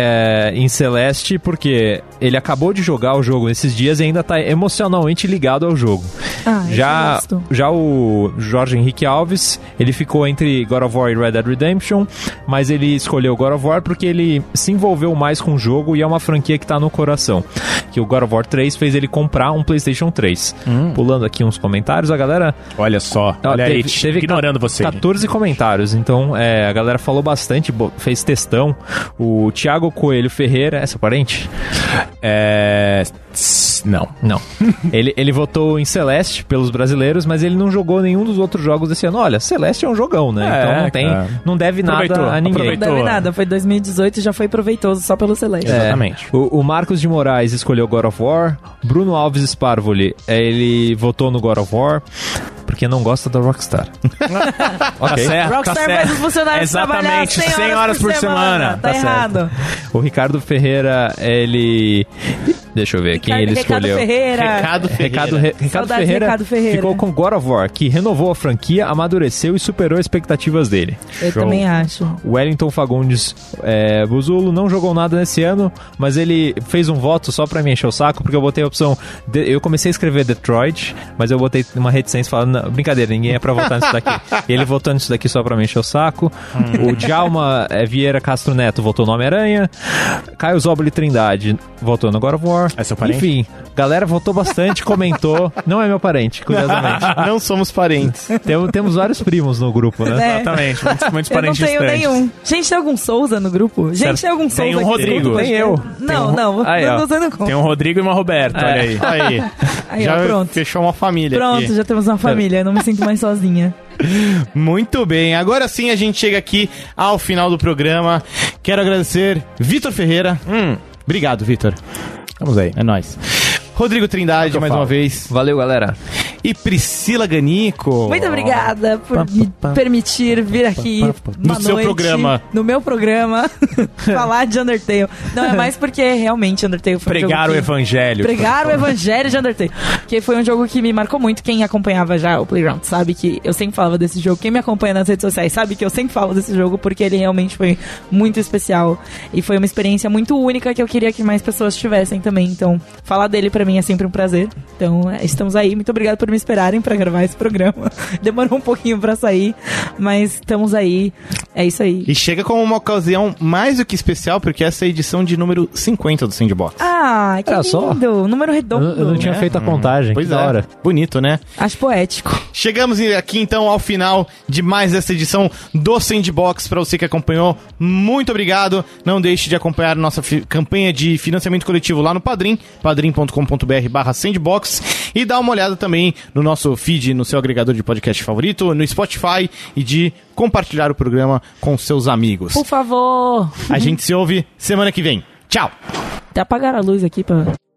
[SPEAKER 2] é, em Celeste porque ele acabou de jogar o jogo esses dias e ainda tá emocionalmente ligado ao jogo.
[SPEAKER 3] Ah, eu
[SPEAKER 2] Já,
[SPEAKER 3] gosto.
[SPEAKER 2] já o Jorge Henrique Alves, ele ficou entre God of War e Red Dead Redemption, mas ele escolheu God of War porque ele se envolveu mais com o jogo e é uma franquia que tá no coração. Que o God of War 3 fez ele comprar um PlayStation 3. Pulando aqui uns comentários, a galera
[SPEAKER 4] Olha só,
[SPEAKER 2] Ó,
[SPEAKER 4] Hum. olha aí,
[SPEAKER 2] teve-
[SPEAKER 4] te-
[SPEAKER 2] teve
[SPEAKER 4] ignorando você.
[SPEAKER 2] 14 comentários, então é, a galera falou bastante, bo- fez textão. O Thiago Thiago Coelho Ferreira, é seu parente?
[SPEAKER 4] É. tss, Não.
[SPEAKER 2] Não. ele, ele votou em Celeste pelos brasileiros, mas ele não jogou nenhum dos outros jogos desse ano. Olha, Celeste é um jogão, né?
[SPEAKER 4] É,
[SPEAKER 2] então não tem,
[SPEAKER 4] cara.
[SPEAKER 2] não deve nada
[SPEAKER 4] Aproveitou,
[SPEAKER 2] a ninguém.
[SPEAKER 4] aproveitou.
[SPEAKER 3] Não deve nada, foi 2018 e já foi proveitoso só pelo Celeste.
[SPEAKER 2] É.
[SPEAKER 4] Exatamente.
[SPEAKER 2] O, o Marcos de Moraes escolheu God of War. Bruno Alves Sparvoli, eh, ele votou no God of War porque não gosta da Rockstar.
[SPEAKER 4] Tá certo,
[SPEAKER 3] Rockstar
[SPEAKER 4] tá certo.
[SPEAKER 3] faz os funcionários trabalhar
[SPEAKER 4] Exatamente,
[SPEAKER 3] 100 horas, por, semana. Tá,
[SPEAKER 2] Tá certo.
[SPEAKER 3] errado.
[SPEAKER 2] O Ricardo Ferreira, ele. Deixa eu ver quem
[SPEAKER 3] Ricardo-
[SPEAKER 2] ele
[SPEAKER 3] Ricardo
[SPEAKER 2] escolheu.
[SPEAKER 3] Ferreira.
[SPEAKER 1] Recado Ferreira.
[SPEAKER 2] Ricardo, Re- Ricardo
[SPEAKER 3] Saudades de
[SPEAKER 2] Ferreira
[SPEAKER 3] Ricardo Ferreira.
[SPEAKER 2] ficou com God of War, que renovou a franquia, amadureceu e superou as expectativas dele.
[SPEAKER 3] Eu
[SPEAKER 2] Show.
[SPEAKER 3] também acho.
[SPEAKER 2] Wellington Fagundes é, Buzulo não jogou nada nesse ano, mas ele fez um voto só pra me encher o saco, porque eu botei a opção. de- eu comecei a escrever Detroit, mas eu botei uma reticência falando: "Não, brincadeira, ninguém é pra votar nisso daqui. E ele votou nisso daqui só pra me encher o saco.
[SPEAKER 4] Hum.
[SPEAKER 2] o Djalma é, Vieira Castro Neto votou no Homem-Aranha. Caio Zoboli Trindade votou no God of War.
[SPEAKER 4] É seu parente?
[SPEAKER 2] Enfim, galera votou bastante, comentou. Não é meu parente, curiosamente.
[SPEAKER 1] Não somos parentes.
[SPEAKER 2] Tem- temos vários primos no grupo, né?
[SPEAKER 3] É.
[SPEAKER 4] Exatamente, muitos, muitos
[SPEAKER 3] Eu não
[SPEAKER 4] parentes
[SPEAKER 3] tenho
[SPEAKER 4] distantes.
[SPEAKER 3] nenhum. Gente, tem algum Souza no grupo? Gente, tem algum Souza
[SPEAKER 4] Tem um
[SPEAKER 3] aqui no
[SPEAKER 4] Rodrigo.
[SPEAKER 3] grupo?
[SPEAKER 4] Tem um eu.
[SPEAKER 3] Não, não.
[SPEAKER 2] Aí,
[SPEAKER 3] não
[SPEAKER 2] ó.
[SPEAKER 3] tô usando conta.
[SPEAKER 4] Tem um Rodrigo e uma Roberta,
[SPEAKER 3] É.
[SPEAKER 4] olha aí.
[SPEAKER 1] Aí,
[SPEAKER 3] Aí,
[SPEAKER 1] já
[SPEAKER 3] ó, pronto.
[SPEAKER 1] fechou uma família aqui.
[SPEAKER 3] Pronto, já temos uma família. Eu não me sinto mais sozinha.
[SPEAKER 1] Muito bem, agora sim a gente chega aqui ao final do programa. Quero agradecer Vitor Ferreira.
[SPEAKER 2] Hum.
[SPEAKER 1] Obrigado, Vitor.
[SPEAKER 4] Vamos aí.
[SPEAKER 1] É nóis. Rodrigo
[SPEAKER 2] É
[SPEAKER 1] Trindade, mais uma vez.
[SPEAKER 2] Valeu, galera.
[SPEAKER 1] E Priscila Ganico.
[SPEAKER 3] Muito obrigada por me permitir vir aqui
[SPEAKER 1] No
[SPEAKER 3] uma
[SPEAKER 1] seu
[SPEAKER 3] noite,
[SPEAKER 1] programa.
[SPEAKER 3] No meu programa. falar de Undertale. Não, é mais porque realmente Undertale foi um jogo
[SPEAKER 4] Pregar o
[SPEAKER 3] que-
[SPEAKER 4] evangelho.
[SPEAKER 3] Pregar o evangelho de Undertale. Que foi um jogo que me marcou muito. Quem acompanhava já o Playground sabe que eu sempre falava desse jogo. Quem me acompanha nas redes sociais sabe que eu sempre falo desse jogo porque ele realmente foi muito especial. E foi uma experiência muito única que eu queria que mais pessoas tivessem também. Então, falar dele pra mim é sempre um prazer. Então, é, estamos aí. Muito obrigado por me esperarem pra gravar esse programa. Demorou um pouquinho pra sair, mas estamos aí. É isso aí.
[SPEAKER 1] E chega com uma ocasião mais do que especial, porque essa é a edição de número 50 do Sandbox.
[SPEAKER 3] Ah, que
[SPEAKER 2] Era
[SPEAKER 3] lindo!
[SPEAKER 2] só?
[SPEAKER 3] Número
[SPEAKER 2] Eu,
[SPEAKER 3] redondo.
[SPEAKER 2] eu não tinha
[SPEAKER 1] né?
[SPEAKER 2] feito a contagem.
[SPEAKER 1] Pois
[SPEAKER 2] que
[SPEAKER 1] é,
[SPEAKER 2] da hora.
[SPEAKER 1] bonito, né?
[SPEAKER 3] Acho poético.
[SPEAKER 1] Chegamos aqui então ao final de mais essa edição do Sandbox. Para você que acompanhou, muito obrigado. Não deixe de acompanhar nossa fi- campanha de financiamento coletivo lá no Padrim, padrim.com.br/barra Sandbox. E dá uma olhada também no nosso feed, no seu agregador de podcast favorito, no Spotify e de compartilhar o programa com seus amigos.
[SPEAKER 3] Por favor.
[SPEAKER 1] A gente se ouve semana que vem. Tchau!
[SPEAKER 3] Até apagar a luz aqui pra.